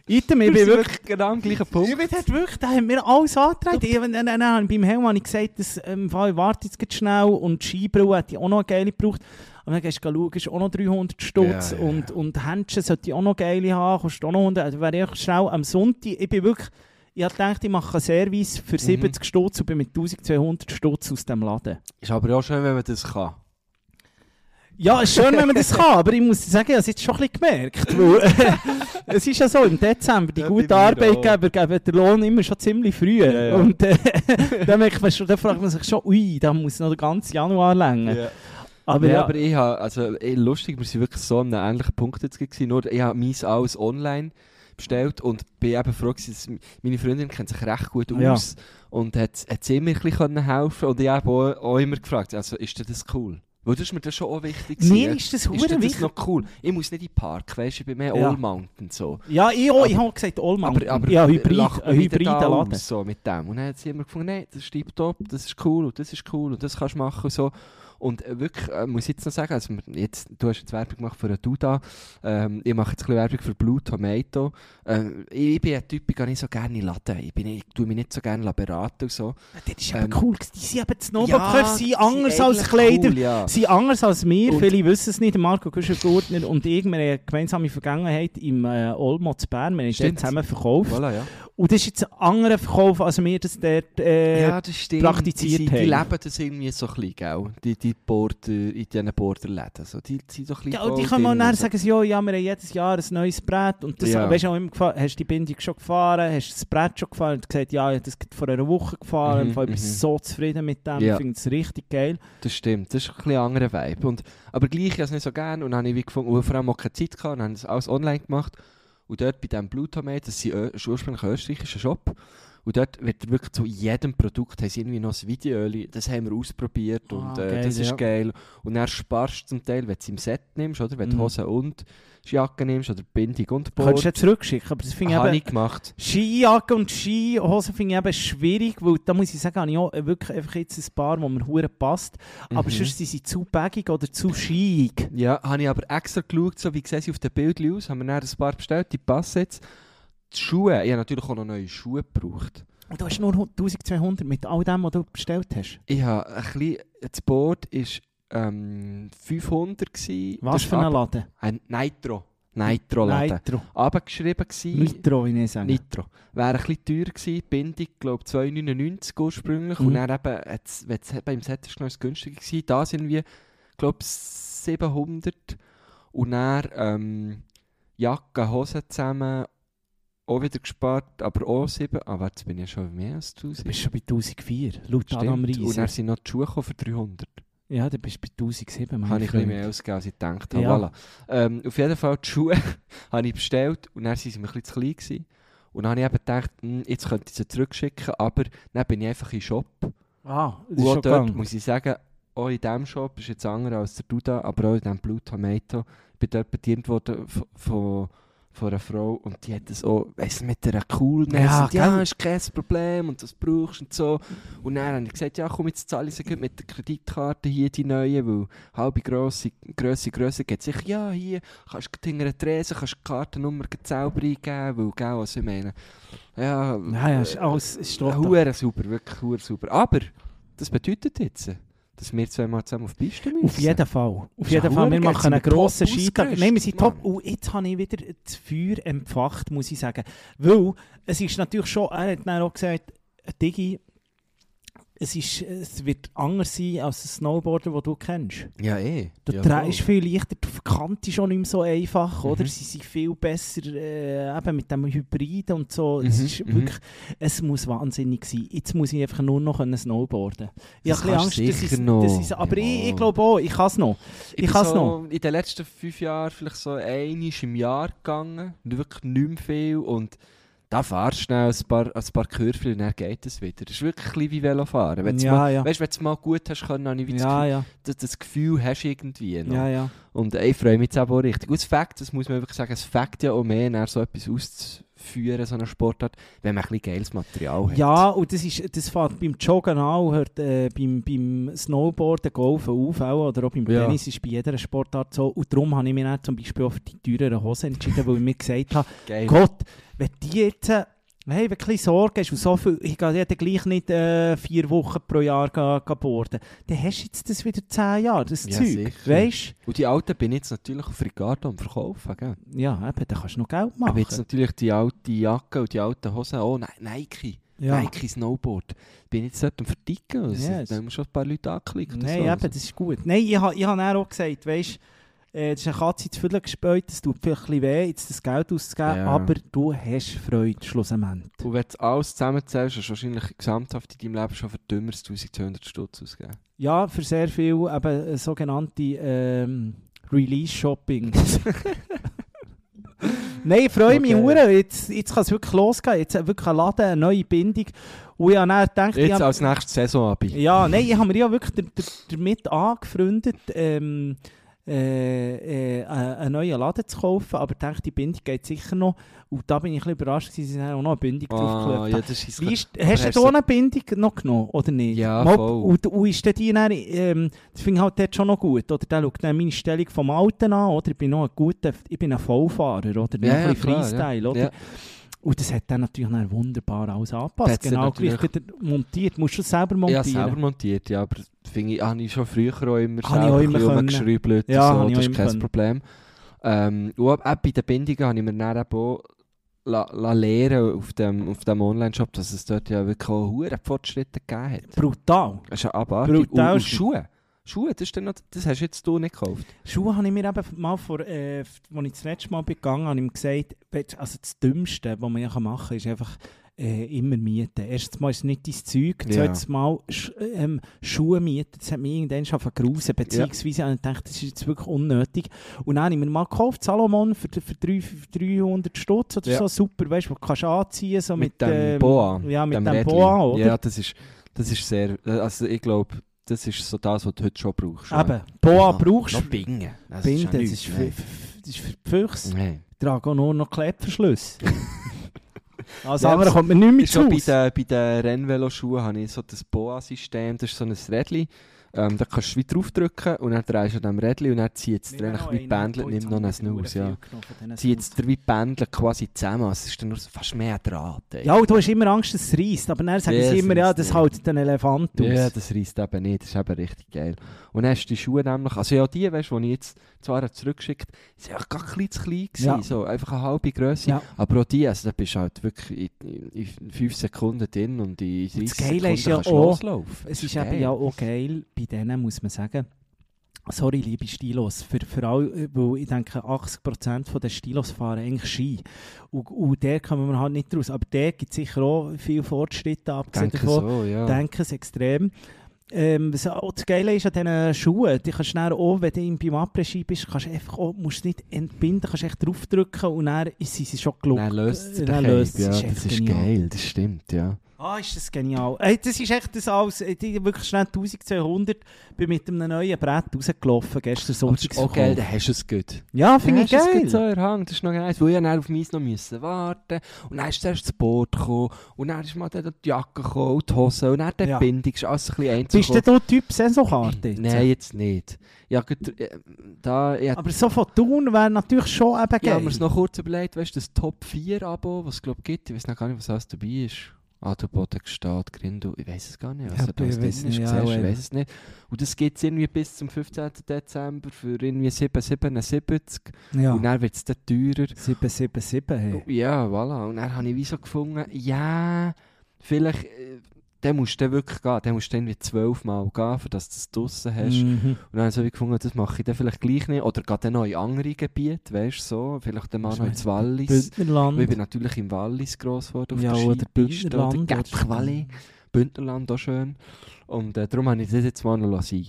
Item, ich
Wir
bin
sind
wirklich...
wirklich genau am gleichen
Ich
Punkt.
bin dort wirklich, da haben wir alles angetragen. Ich, nein, nein, nein, beim Helm habe ich gesagt, dass, ähm, Fall, ich warte jetzt gerade schnell und die Skibrille hätte ich auch noch eine geile gebraucht. Und dann gehst du schauen, ist auch noch 300 Stutz
Ja, ja,
und, und Händchen sollte ich auch noch geile haben, kostet auch noch 100. Also wäre ich schnell am Sonntag, ich bin wirklich, ich habe gedacht, ich mache einen Service
Mhm.
für 70 Stutz und bin mit 1200 Stutz aus dem Laden.
Ist aber auch schön, wenn man das kann.
Ja, ist schön, wenn man das kann, aber ich muss sagen, ich habe es jetzt schon ein bisschen gemerkt. Weil, [LAUGHS] äh, es ist ja so, im Dezember, die
Ja,
guten
bei mir auch.
Arbeitgeber geben den Lohn immer schon ziemlich früh.
Ja, ja.
Und äh, [LAUGHS] dann, merkt man schon, dann fragt man sich schon, ui, da muss noch den ganzen Januar länger.
Aber,
Aber ja,
aber ich habe, also eh, lustig, wir sind wirklich so an einem ähnlichen Punkt jetzt gewesen, nur ich habe meins alles online bestellt und bin eben froh gewesen, dass m- meine Freundin kennt sich recht gut
Ja.
aus und hat, hat sie mir ein bisschen können helfen und ich habe auch, auch immer gefragt, also ist dir das cool? Weil das ist mir das schon auch wichtig
mir
gewesen,
ist das
ja. ist dir
hure
das
wichtig.
noch cool? Ich muss nicht in den Park, weißt du, ich bin mehr
Ja.
All Mountain so.
Ja, ich, auch, ich habe auch gesagt, All Mountain. ja, Hybrid, ein hybriden Laden.
so mit dem. Und dann hat sie immer gefunden, nein, das ist top, das ist cool und das ist cool und das kannst du machen und so. Und äh, wirklich, äh, muss ich jetzt noch sagen, also wir- jetzt, du hast jetzt Werbung gemacht für eine Duda, ähm, ich mache jetzt ein bisschen Werbung für Blue Tomato. Ähm, ich, ich bin ein Typ, ich gehe nicht so gerne in Laden, ich, bin, nicht- ich tue mich nicht so gerne beraten und so.
Das ist
Ähm,
aber cool, gewesen. die sind eben zu Nobelköpfe, sind
sie
anders
sind
als
eigentlich
Kleider.
cool, ja.
sind anders als wir,
Und-
viele wissen es nicht, Marco Güscher-Gurtner und ich, wir haben eine gemeinsame Vergangenheit im äh, Olmo zu Bern, wir haben dort
Stimmt.
zusammen verkauft.
Voilà, ja.
Und das ist jetzt ein anderer Verkauf, als wir das dort... Äh,
ja, das stimmt.
praktiziert
die, sind- die
haben.
leben das irgendwie so ein bisschen, gell? Die, die Border, in diesen Borderläden. So, die sind so ein bisschen
ja, und die
voll
können mal
drin
nachher
und so.
sagen, ja, ja, wir haben jedes Jahr ein neues Brett. Und das,
Ja.
weißt du, auch immer gefahren, hast du die Bindung schon gefahren, hast du das Brett schon gefahren und gesagt, ja, ich habe das gerade vor einer Woche gefahren,
Mhm,
ich bin
mhm.
so zufrieden mit dem,
Ja.
ich finde es richtig geil.
Das stimmt, das ist ein bisschen anderer Vibe. Und, aber gleich, ich habe es nicht so gerne und dann habe ich wie gefunden, und vor allem auch keine Zeit gehabt und habe das alles online gemacht. Und dort bei diesem Blue Tomato, das ist ein ursprünglich ein österreichischer Shop, Und dort wird wirklich zu jedem Produkt haben sie irgendwie noch ein Video, das haben wir ausprobiert und
Ah,
äh,
geil,
das ist
ja.
geil. Und dann sparst du zum Teil, wenn du es im Set nimmst, oder? Wenn du
Mhm.
Hose und Jacke nimmst oder Bindung und Board.
Könntest du ja zurückschicken, aber das finde ich
Habe
eben...
ich gemacht.
Skijacke und Skihosen finde ich eben schwierig, weil da muss ich sagen, habe ich auch wirklich einfach jetzt ein paar, wo mir hure passt. Aber
Mhm.
sonst sind sie zu baggy oder zu schiig.
Ja, habe ich aber extra geschaut, so wie sehen sie auf den Bildern aus, haben wir dann ein paar bestellt, die passen jetzt. Die Schuhe, ich habe natürlich auch noch neue Schuhe gebraucht.
Und du hast nur 1200 mit all dem, was du bestellt hast.
Ich habe ein bisschen, das Board war ähm, 500. Gewesen.
Was
Das
für
ist
ein
ab-
Laden?
Ein Nitro. Nitro-Laden.
Nitro.
Abgeschrieben gewesen.
Nitro, wie ich sagen.
Nitro. Wäre ein bisschen teuer gewesen, die Bindung, glaube 2,99 ursprünglich.
Mhm.
Und dann eben, hat's- wenn es beim Set ist, noch etwas günstiger gewesen. Da sind wir, glaube 700. Und dann ähm, Jacke, Hose zusammen, auch wieder gespart, aber auch 7. Ah, warte, jetzt bin ich ja schon mehr als
Du
1000.
bist schon bei 1004, laut Adam
Stimmt. Und
Riese.
dann sind noch die Schuhe gekommen für 300.
Ja, du bist bei 1007, mein
Habe ich ein
Freund.
bisschen mehr ausgegeben, als ich gedacht habe.
Ja.
Voilà. Ähm, auf jeden Fall, die Schuhe [LAUGHS] habe ich bestellt und dann waren sie mir ein bisschen zu klein. Gewesen. Und dann habe ich eben gedacht, hm, jetzt könnte ich sie zurückschicken, aber dann bin ich einfach in den Shop.
Ah, das
Und
ist
auch
schon
dort
gegangen.
muss ich sagen, auch in diesem Shop ist jetzt anders als der Duda, aber auch in diesem Blue Tomato. Ich bin dort bedient worden von, von, von einer Frau und die hat das auch, weißt du, mit einer Coolness.
Ja,
und, ja
gell?
ist kein Problem und das brauchst und so. Und dann habe ich gesagt, ja komm, jetzt zahle ich sie gleich mit der Kreditkarte hier die neue, weil halbe grosse, grosse Grösse geht sich, ja hier, kannst du hinter einer Tresen, kannst du die Kartennummer gleich selber eingeben, weil, gell, was ich meine. Ja,
Ja, ja, ist alles ist
ja,
total.
Hure super, wirklich hure super. Aber das bedeutet jetzt, dass wir zweimal zusammen auf die Piste müssen.
Auf jeden Fall. Auf
ja
jeden Fall. Wir
verdammt, jetzt
machen
sind
einen
wir top
grossen Skitag.
ausgerüstet,
Nein, wir sind
Mann.
top. Und jetzt habe ich wieder das Feuer empfacht, muss ich sagen. Weil es ist natürlich schon, er hat dann auch gesagt, Digi, es, ist, es wird anders sein als ein Snowboarder, den du kennst.
Ja, eh.
Du
ja,
drehst
voll.
viel leichter, du verkannst schon nicht mehr so einfach, oder?
Mhm.
Sie sind viel besser äh, eben mit dem Hybriden und so. Es,
Mhm,
ist
mhm.
wirklich, es muss wahnsinnig sein. Jetzt muss ich einfach nur noch können snowboarden. Ich
Das
habe ein
kannst du
bisschen Angst, dass
sicher
ich's-
noch.
dass ich's- Aber ich, ich
Jawohl.
glaube auch, ich kann es noch. Ich
bin
kann's
so
noch.
In den letzten fünf Jahren vielleicht so einmal im Jahr gegangen. Wirklich nicht mehr viel. Und da fahrst du schnell ein paar, ein paar Kurven und dann geht es wieder. Das ist wirklich ein bisschen wie Velofahren. Wenn
Ja,
mal,
ja.
Weißt du, wenn du es mal gut hast können, habe ich wie das
Ja,
Gefühl-
ja.
das, das Gefühl hast du irgendwie noch.
ja, ja.
Und äh, ich freue mich jetzt aber auch richtig. Und das Fakt, das muss man wirklich sagen, es fängt ja auch mehr, nach so etwas auszuführen, so eine Sportart, wenn man ein bisschen geiles Material hat.
Ja, und das, ist, das fängt beim Joggen an und hört äh, beim, beim Snowboarden, Golfen auf auch, oder auch beim
Ja.
Tennis, ist bei jeder Sportart so. Und darum habe ich mich dann zum Beispiel auch für die teureren Hosen entschieden, weil ich mir gesagt habe,
Geil.
Gott, wenn die jetzt, äh, hey, wenn du ein bisschen Sorge hast und so viel, ich gehe ja dann gleich nicht äh, vier Wochen pro Jahr ga- ga boarden, dann hast du jetzt das wieder zehn Jahre, das
Ja,
Zeug,
sicher.
weißt
Und die alten bin ich jetzt natürlich auf Ricardo am Verkaufen, gell?
du? Ja, eben, dann kannst du noch Geld
Aber jetzt äh,
machen.
natürlich die alte Jacke und die alten Hosen, oh Ni- Nike,
Ja.
Nike Snowboard. Bin ich jetzt dort am Verticken, also,
Yes.
da haben wir schon ein paar Leute angeklickt. und
Nein,
so.
eben, das ist gut. Nein, ich habe ich ha dann auch gesagt, weißt du, äh, das ist eine Katze zu viel gespielt, es tut vielleicht ein bisschen weh, jetzt das Geld auszugeben,
Ja.
aber du hast Freude schlussendlich.
Und wenn du alles zusammenzählst, hast du wahrscheinlich gesamthaft in deinem Leben schon für dümmer als 1200 Stutz ausgegeben.
Ja, für sehr viel eben äh, sogenannte ähm,
[LAUGHS]
Release-Shopping. Nein, ich freue mich
Okay.
hure. Jetzt, jetzt kann es wirklich losgehen. Jetzt hat wirklich ein Laden, eine neue Bindung. Und ich habe dann gedacht, ich
Jetzt
habe-
als nächstes Saisonabend.
ja, nein, ich habe mir ja wirklich der- der- damit angefreundet, ähm, äh, äh, einen einen neuen Laden zu kaufen, aber ich dachte, die Bindung geht sicher noch. Und da bin ich ein bisschen überrascht, gewesen, sie haben auch noch eine Bindung
Ah,
draufgeklebt.
ja, das ist
Wie ist,
Aber
hast du
hast
da
du-
eine Bindung noch genommen, oder nicht?
Ja, voll.
Und, und ist denn die dann, ähm, das finde ich halt dort schon noch gut, oder? Der schaut dann meine Stellung vom Alten an, oder? Ich bin noch ein guter, ich bin ein Vollfahrer, oder? Noch
Ja,
ein
ja,
bisschen
klar,
Freestyle,
ja.
oder?
Ja.
Und das hat dann natürlich dann wunderbar alles
Der
angepasst.
hat's dann
Genau, gleich
natürlich-
gerade montiert. Musst du das selber
Ja,
montieren?
selber montiert, ja, aber finde ich, habe ich schon früher auch immer
Habe ich auch immer können.
geschrieben,
Ja,
so,
habe ich
das
auch
ist
immer
kein
können.
Problem. Ähm, und auch bei den Bindungen habe ich mir dann eben auch la, la lehren auf dem, auf dem Online-Shop, dass es dort ja wirklich auch verdammt Fortschritte gegeben hat.
Brutal.
Das ist ja abartig. Und,
Brutal.
und Schuhe. Schuhe, das, ist dann noch, das hast jetzt du nicht gekauft.
Schuhe habe ich mir eben mal vor, äh, als ich das letzte Mal bin gegangen habe ich ihm gesagt, weisst du, also das Dümmste, was man ja machen kann, ist einfach äh, immer mieten. Erstens mal ist es nicht dein Zeug,
Ja.
zweites Mal Sch ähm, Schuhe mieten, das hat mich irgendwann schon vergrausen, beziehungsweise habe ich gedacht, das ist jetzt wirklich unnötig. Und dann habe ich mir mal gekauft, Salomon, für, für, drei, für 300 Stutz oder
Ja.
so, super, weißt du, wo du kannst anziehen, so mit,
mit, dem
ähm,
Boa.
Ja, mit dem,
Rädli.
Boa, oder?
Ja, das ist, das ist sehr. Also ich glaube, das ist so das, was du heute schon brauchst.
Eben, Boa brauchst
Noch
du.
Bingen. Das
Binden,
ja
das
nichts,
ist für,
nein.
für, das ist für die Füchse.
Nein.
Ich trage auch nur noch
[LAUGHS]
Klettverschlüsse. Also Alles
Ja,
andere
das-
kommt mir nicht mehr
Ich schon
zu
bei
Haus.
den, bei den Rennveloschuhen habe ich so das Boa-System, das ist so ein Rädchen. Ähm, da kannst du wie draufdrücken und dann drehst du an dem Rädchen und dann zieht es
Nimm
dir
noch
wie
einen,
pendelt,
oh,
nimmt
jetzt
noch
habe
einen
ich wieder
Snus,
viel
ja.
genommen von diesen
Zieht
Snus.
es dir wie pendelt quasi zusammen. Es ist dann nur so fast mehr Draht. ey.
Ja, und du hast immer Angst, dass es reisst. Aber dann sagen
Ja,
sie
es
immer, ja,
reisst
das
nicht.
hält den Elefant aus.
Ja, das reißt eben nicht, das ist eben richtig geil. Und dann hast du die Schuhe nämlich, also ja, die, weißt du, die ich jetzt zwar habe zurückgeschickt sind ja gar ein bisschen zu klein gewesen,
Ja.
so einfach eine halbe Größe.
Ja.
Aber auch die, also da bist du halt wirklich in, in, in fünf Sekunden drin und in 30
das Geile
Sekunden
ist ja
kannst du
auch,
loslaufen.
Es
Das
ist eben
geil.
ja auch geil, bei denen muss man sagen, sorry liebe Stilos, für, für all, weil ich denke 80% der Stilos fahren eigentlich Ski. Und, und der kommen wir halt nicht raus. Aber der gibt sicher auch viele Fortschritte, abgesehen
denke
davon.
so, ja.
denke es extrem. Ähm, was auch das Geile ist an diesen Schuhen, die kannst du dann auch, wenn du im- beim Après-Ski bist, kannst du einfach auch, musst du nicht entbinden, kannst echt draufdrücken und dann sind sie schon gelungen.
Dann löst es
Äh,
den
dann
Cape,
löst es,
ja,
ist
das
echt
ist
genial.
geil, das stimmt, ja.
Ah, ist das genial. Ey, das ist echt das alles, äh, die, wirklich schnell 1200, bin mit einem neuen Brett rausgelaufen, gestern
Aber das ist auch
Sonntag.
geil, dann hast du es gut.
Ja, finde ich
Dann hast du es
geil.
gut so in der Hand, das ist noch geil. Weil ich dann auf meins noch müssen warten und dann ist zuerst das Boot gekommen und dann ist mal dann die Jacke gekommen und die Hose und dann die
Ja.
Bindung, ist alles ein bisschen
Bist du
einzukommen.
denn auch Typ Saisonkarte? jetzt?
Nein, jetzt nicht. Ja, gut, äh, da, ich
Aber so von Thun wäre natürlich schon eben
ja,
geil.
haben wir es noch kurz überlegt, weißt du, das Top 4 Abo, was es glaube gibt, ich weiß noch gar nicht, was alles dabei ist. Ah, Adelboden, Gstaad, Grindel, ich weiß es gar nicht, was
Ja,
da alles
ich weiss
drin ist,
nicht,
siehst,
ja,
ich
aber-
weiß es nicht. Und das gibt es irgendwie bis zum 15. Dezember für irgendwie 7,77
ja.
und dann wird es dann teurer.
777, hey.
Oh, Ja, voilà. Und dann habe ich wie so gefunden, ja, vielleicht, äh, dann musst du dann wirklich gehen, dann musst du irgendwie zwölfmal gehen, für dass du es draussen hast.
Mhm.
Und dann habe ich so wie gefunden, das mache ich dann vielleicht gleich nicht. Oder gehe dann noch in andere Gebiete, weißt du, so. Vielleicht dann mal
Was
noch
meinst
ins Wallis.
Bündnerland.
Weil ich bin natürlich im Wallis gross geworden, auf
Ja,
der
oder
Skipiste,
Bündnerland.
oder Gäbchwalli. Bündnerland auch schön. Und äh, darum habe ich das jetzt mal noch sein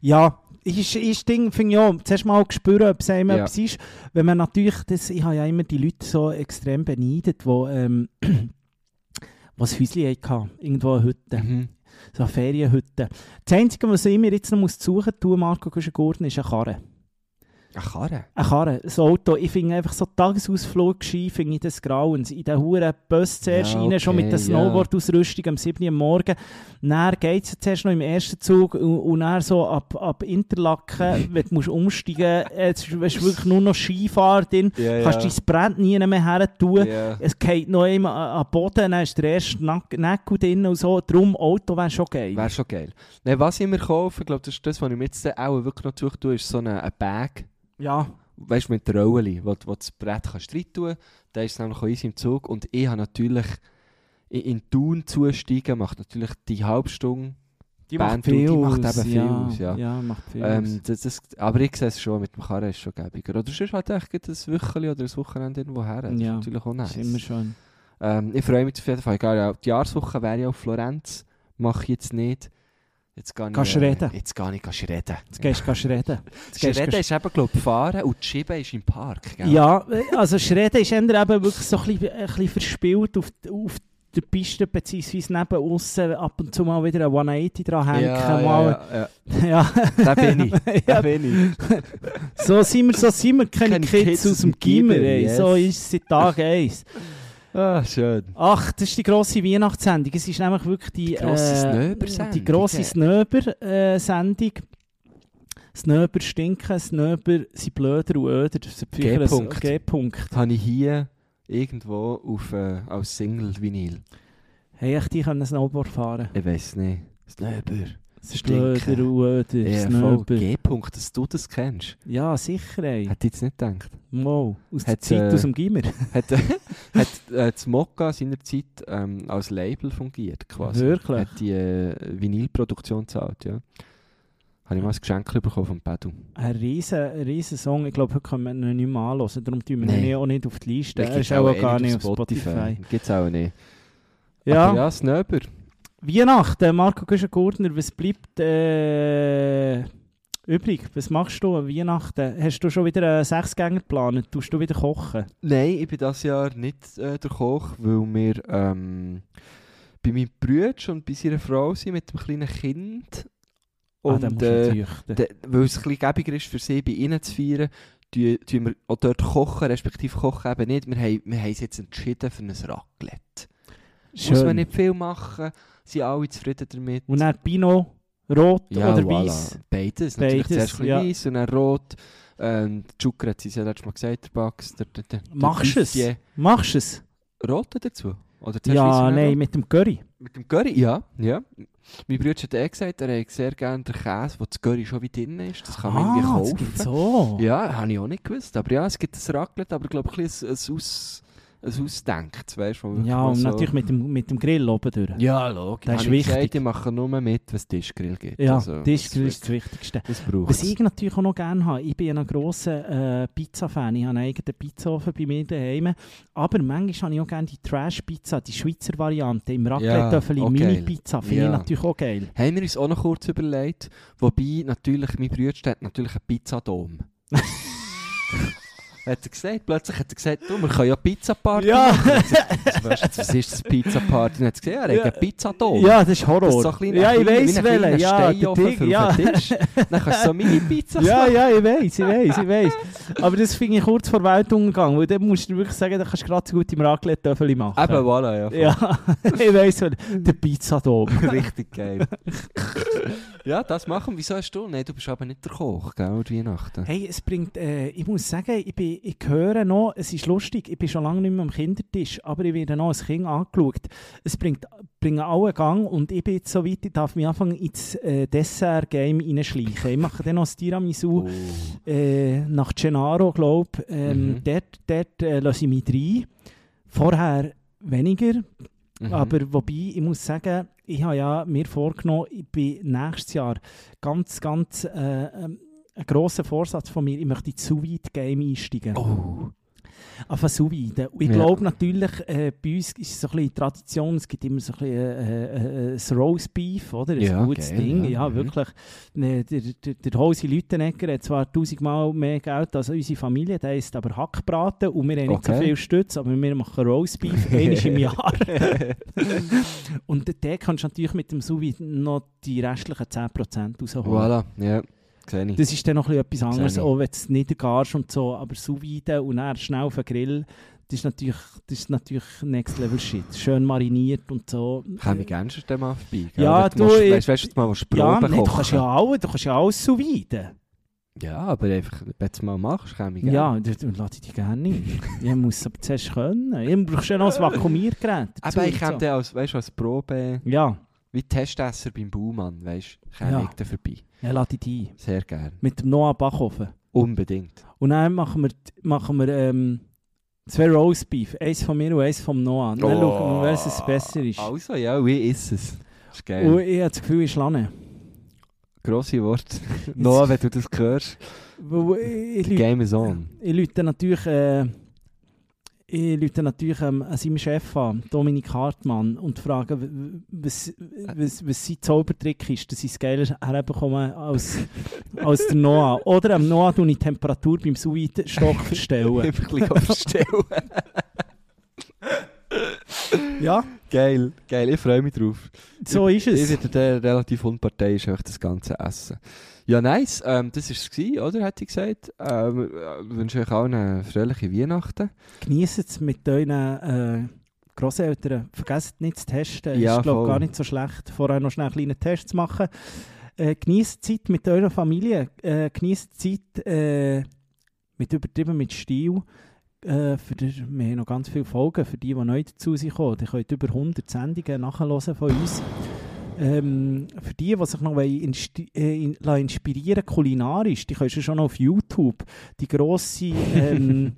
Ja, ist, ist Ding, finde ich auch, zuerst mal spüren, ob es einem
Ja.
etwas ist. Wenn man natürlich, das, ich habe ja immer die Leute so extrem beneidet, die ähm, [CLEARS THROAT] was Häuschen hatten, irgendwo eine Hütte,
mhm.
so eine Ferienhütte. Das Einzige, was ich mir jetzt noch muss suchen muss, Marco Guschengurten, ist eine Karre.
Eine Karre.
Eine Karre, ein Auto. Ich finde einfach so Tagesausflug Ski, finde ich das Grauens. In den huren Bus zuerst
Ja,
rein, schon
okay,
mit der
ja.
Snowboard-Ausrüstung am 7. Uhr am Morgen. Dann geht es zuerst noch im ersten Zug und, und dann so ab, ab Interlaken,
[LAUGHS]
wenn du musst umsteigen musst, es ist es ist wirklich nur noch Skifahrt drin.
Ja, ja.
Kannst dein Brett nie mehr her tun.
Ja.
Es geht noch immer an den Boden, dann ist der erste Nack- Näckel drin und so. Darum, Auto wäre schon geil.
Wäre schon geil. Nein, was ich mir kaufe, glaube das ist das, was ich mir jetzt dann auch wirklich noch tue, ist so eine, eine Bag.
Ja,
weißt du, mit der Rolle, wo, wo das Brett kannst du rein tun da ist es nämlich auch easy im Zug. Und ich habe natürlich, in, in Thun zusteigen, macht natürlich die halbe Stunde.
die
Band und die macht
aus,
eben viel aus, ja.
ja, macht viel aus.
Ähm, das, das, aber ich sehe es schon, mit dem Karren ist es schon gäbiger. Oder sonst halt echt gerade ein Wochenende oder ein Wochenende irgendwo her. Das
Ja,
ist natürlich auch
Das ist immer
nice.
schön.
Ähm, ich freue mich auf jeden Fall. Egal, ja, die Jahreswoche wäre ja auf Florenz, mache ich jetzt nicht. Jetzt gar nicht.
Kannst du reden?
Jetzt gar nicht, kannst du reden.
Jetzt gehst du kannst reden.
Das
gehst-
Reden ist eben, glaube ich, fahren und das Schieben ist im Park. Gell?
Ja, äh, also Schreden ist eher eben wirklich so ein bisschen, ein bisschen verspielt auf, auf der Piste, beziehungsweise neben aussen ab und zu mal wieder ein 180 dran hängen.
ja,
mal, [LAUGHS]
ja, ja,
ja,
Da bin ich. [LAUGHS] Da
Ja,
bin ich.
So sind wir, so sind wir keine,
Keine
Kids, aus dem Gimmer, ey.
yes.
So ist es seit Tag 1.
Ah, schön.
Ach, das ist die grosse Weihnachtssendung. Es ist nämlich wirklich die...
Die grosse
äh,
Snöber-Sendung,
Die grosse
ja.
Snöber-Sendung. Snöber stinken, Snöber sind blöder und öder. Das ist früher ein-
G-Punkt.
G-Punkt.
Habe ich hier irgendwo auf, äh, als Single-Vinyl.
Hey, ich die können Snowboard fahren.
Ich weiß es nicht. Snöber.
Blöder, Uder,
ERV,
Snöber.
G-Punkt, dass du das kennst.
Ja, sicher, ey.
Hätte ich jetzt nicht gedacht.
Mo, aus der
Hat,
Zeit,
äh,
aus dem Gimmer.
Hat, [LAUGHS] hat äh, das Mokka seinerzeit ähm, als Label fungiert, quasi.
Wirklich?
Hat die äh, Vinylproduktion gezahlt, ja. Habe ich mal ein Geschenk bekommen vom Pedro.
Ein riesen, riesen Song. Ich glaube, heute können wir ihn nicht mehr anhören. Darum tun wir
Nein.
ihn auch nicht auf die Liste.
Den
Er
gibt's
ist auch,
eh
gar nicht auf Spotify.
Gibt's auch nicht.
Ja.
Andreas Nöber.
Weihnachten, Marco Güschen-Gurtner, was bleibt äh, übrig? Was machst du an Weihnachten? Hast du schon wieder einen Sechsgänger geplant? Tust du wieder kochen?
Nein, ich bin dieses Jahr nicht äh, der Koch, weil wir ähm, bei meinem Bruder und bei seiner Frau sind mit dem kleinen Kind. Und
dann Ah, musst du
äh,
ihn züchten.
de- weil es ein bisschen gäbiger ist für sie, bei ihnen zu feiern, tun tun wir auch dort kochen, respektive kochen eben nicht. Wir haben, wir haben es jetzt entschieden für ein Raclette. Muss man nicht viel machen, sind alle zufrieden damit.
Und dann Pinot, rot oder
voilà.
weiß.
Beides. Natürlich
Beides,
zuerst ein bisschen
ja.
weiss und dann rot. Ähm, die Zucker hat sie ja letztes Mal gesagt, der Bugs. Der, der, der, der
Machst du es?
Tissier.
Machst du es?
Rot dazu? Oder zuerst weiss
Ja,
und dann
nein,
rot?
mit dem Curry.
Mit dem Curry? Ja. ja. Mein Bruder hat eh gesagt, er hat sehr gerne den Käse, wo das Curry schon wie drin ist. Das kann man
ah, das
irgendwie kaufen.
gibt's auch.
Ja, habe ich auch nicht gewusst. Aber ja, es gibt ein Raclette, aber ich glaube, ein, bisschen ein, ein, Aus, ein Ausdenkt. Weißt,
Ja, und natürlich mit dem, mit dem Grill oben durch.
Ja, logisch.
Das ist
Habe ich
wichtig.
Gesagt, ich mache nur mit, wenn es Tischgrill gibt.
Ja,
also,
Tischgrill
das-
ist das Wichtigste.
Das braucht
Was ich natürlich auch noch gerne habe, ich bin ja ein grosser äh, Pizza-Fan, ich habe einen eigenen Pizzaofen bei mir daheim, aber manchmal habe ich auch gerne die Trash-Pizza, die Schweizer Variante, im Raclette-Öffel,
auch geil.
Mini-Pizza, finde
Ja.
ich natürlich auch geil.
haben wir uns auch noch kurz überlegt, wobei natürlich, mein Bruder hat natürlich einen
[LAUGHS]
Pizzadom. hat er gesagt, plötzlich hat er gesagt, du, wir können ja Pizzaparty
Ja.
machen. Ich sag, was weisst du jetzt, was ist das Pizzaparty? Und er hat gesagt, ja, er
Ja.
hat einen Pizzadom.
Ja, das ist Horror.
Oh, Das ist so ein kleiner,
ja, ich
kleiner-
weiss
wie ein kleiner
welchen. Ja, der
Steinofen
Ding,
für
ja.
auf den Tisch. Dann kannst du so Mini-Pizzas
[LAUGHS] Ja,
machen.
ja, ich weiß, ich weiß,
[LAUGHS]
ich weiß. Aber das finde ich kurz vor Weltuntergang, weil dann musst du wirklich sagen, da kannst du gerade so gut im Raclette-Öffel machen.
Eben, voilà, ja. voll.
Ja, [LAUGHS] ich weiß, der Pizzadom.
Richtig geil. ja, das machen wir. Wieso hast du? Nein, du bist aber nicht der Koch, gell, an Weihnachten.
Hey, es bringt, äh, ich muss sagen, ich, bin, ich höre noch, es ist lustig, ich bin schon lange nicht mehr am Kindertisch, aber ich werde noch als Kind angeschaut. Es bringt, bringt allen Gang und ich bin jetzt so weit, ich darf mich anfangen ins äh, Dessert-Game reinschleichen. Ich mache dann noch das
Oh.
Tiramisu äh, nach Gennaro, glaube ich. Ähm,
Mhm.
Dort, dort äh, lasse ich mich rein. Vorher weniger,
Mhm.
aber wobei, ich muss sagen, ich habe ja mir vorgenommen, ich bin nächstes Jahr ganz, ganz äh, ähm, ein grosser Vorsatz von mir, ich möchte in das Sous-Vide-Game einsteigen.
Oh.
Auf sous vide Und ich
Ja.
glaube natürlich, äh, bei uns ist es so ein bisschen Tradition, es gibt immer so ein bisschen äh, äh, äh, das Roastbeef, oder? Ein
Ja,
gutes
geil,
Ding.
ja.
Ja,
Mhm.
wirklich. Ne, Der, der, der Hosi Lütenegger hat zwar tausendmal mehr Geld als unsere Familie, der ist aber Hackbraten und wir haben nicht so
Okay.
viel Stütz, aber wir machen Roastbeef,
[LAUGHS]
einmal im Jahr. und der kannst du natürlich mit dem sous vide noch die restlichen 10% rausholen.
Voilà, ja, sehe ich.
Das ist dann noch ein bisschen etwas anderes,
Sehe ich.
auch wenn du es niedergarst und so, aber sous vide und dann schnell auf den Grill, das ist natürlich, das ist natürlich Next Level Shit. Schön mariniert und so.
Kann ich gerne schon mal vorbei.
Ja,
Oder
du,
musst,
ich-
weißt, weißt du, mal was
ja,
Proben
nein, du kannst
kochen.
ja alles, du kannst ja alles sous vide.
Ja, aber einfach, wenn du es mal machst, kann ich gerne.
Ja, das das lasse ich dich gerne nicht. ich muss es aber zuerst können. Ich brauche schon noch ein Vakuumiergerät. dazu
Aber ich
und
komme
so.
dann als, weißt, als Probe,
Ja,
wie Testesser beim Baumann, weißt du, komme
Ja.
ich dann vorbei.
dann lasse ich dich ein.
Sehr gerne.
Mit dem Noah Bachhofen.
Unbedingt.
Und dann machen wir, machen wir ähm, zwei Roastbeef. Eins von mir und eins vom Noah. Dann
Oh.
schauen wir, welches besser ist.
Also, ja, wie ist es? Das ist geil.
Und ich habe das Gefühl, ich lande.
Grosse
[LAUGHS]
Worte. Noah, wenn du das hörst,
Weil ich,
the
ich,
game is on.
ich Leute natürlich, äh, ich Leute natürlich ähm, an seinem Chef an, Dominik Hartmann, und frage, w- w- was, was, was sein Zaubertrick ist, dass ich es geiler
[LAUGHS]
herbekomme als, als der Noah. Oder am Noah tue ich die Temperatur beim Sous-Vide-Stock
[LAUGHS]
verstellen.
Einfach ein bisschen
[LAUGHS]
aufstellen.
ja,
geil, geil, ich freue mich drauf.
so ist
Ich
es.
werde der relativ unparteiisch einfach das ganze Essen. Ja, nice. Ähm, das war es, gewesen, oder? Hätte ich gesagt. Ähm, äh, wünsche euch allen eine fröhliche Weihnachten.
Genießt es mit euren äh, Grosseltern. Vergesst nicht zu testen.
Ja,
ist, glaube
voll.
gar nicht so schlecht, vorher noch schnell einen kleinen Test zu machen. Äh, genießt die Zeit mit eurer Familie. Äh, genießt die Zeit äh, mit übertrieben mit Stil. Äh, für die, wir haben noch ganz viele Folgen für die, die neu dazu sind. gekommen. Ihr könnt über 100 Sendungen nachhören von uns. Ähm, für die, die sich noch wollen insti- äh, in, lassen inspirieren kulinarisch, die könnt ihr schon noch auf YouTube die grosse
[LAUGHS]
ähm,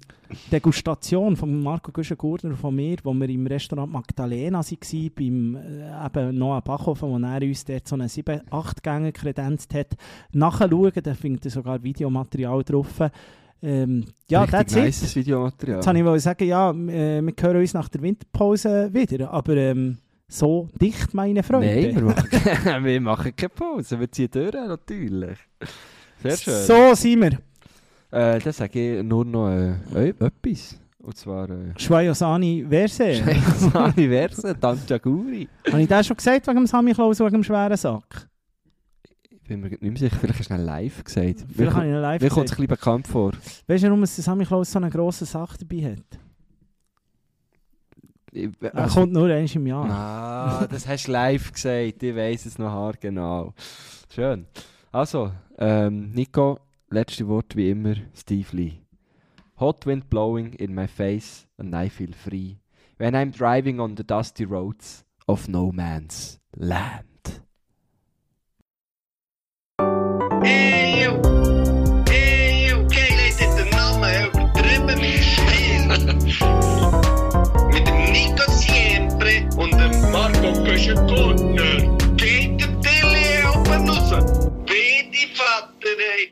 Degustation von Marco Güschen-Gurtner und von mir, wo wir im Restaurant Magdalena waren, beim äh, eben Noah Bachhofen, wo er uns dort so eine 7-8-Gänge kredenzt hat, nachschauen, da findet ihr sogar Videomaterial drauf. Ähm, ja,
Richtig
that's
nice,
it.
das Videomaterial.
Jetzt wollte ich sagen, ja, m- äh, wir hören uns nach der Winterpause wieder, aber ähm, so dicht, meine Freunde.
Nein, wir machen, [LAUGHS] wir machen keine Pause. Wir ziehen durch, natürlich. Sehr schön.
so sind wir.
Äh, dann sage ich nur noch äh, äh, etwas. Und zwar äh,
Schweiosani
[LAUGHS]
Verse.
Universe, Tanjaguri.
Habe ich das schon gesagt wegen dem Sammy Klaus wegen dem schweren Sack?
Ich bin mir nicht mehr sicher, vielleicht hast du ihn live gesagt. Mir
Vielleicht habe
kommt-
ich ihn live
Mir kommt es
gesagt.
ein bisschen bekannt vor.
Weißt du, warum der Sammy Klaus so eine grosse Sache dabei hat?
Ich-
Er kommt nur eins im Jahr.
Ah, das hast du live gesagt. Ich weiss es noch haargenau. Schön. Also, ähm, Nico, letzte Wort wie immer, Steve Lee. Hot wind blowing in my face and I feel free when I'm driving on the dusty roads of no man's land.
Ey, yo. Ey, yo. Kijk, dit is de namen übertrieben viel. Mit dem Nico Siempre und dem Marco Köschenkorn.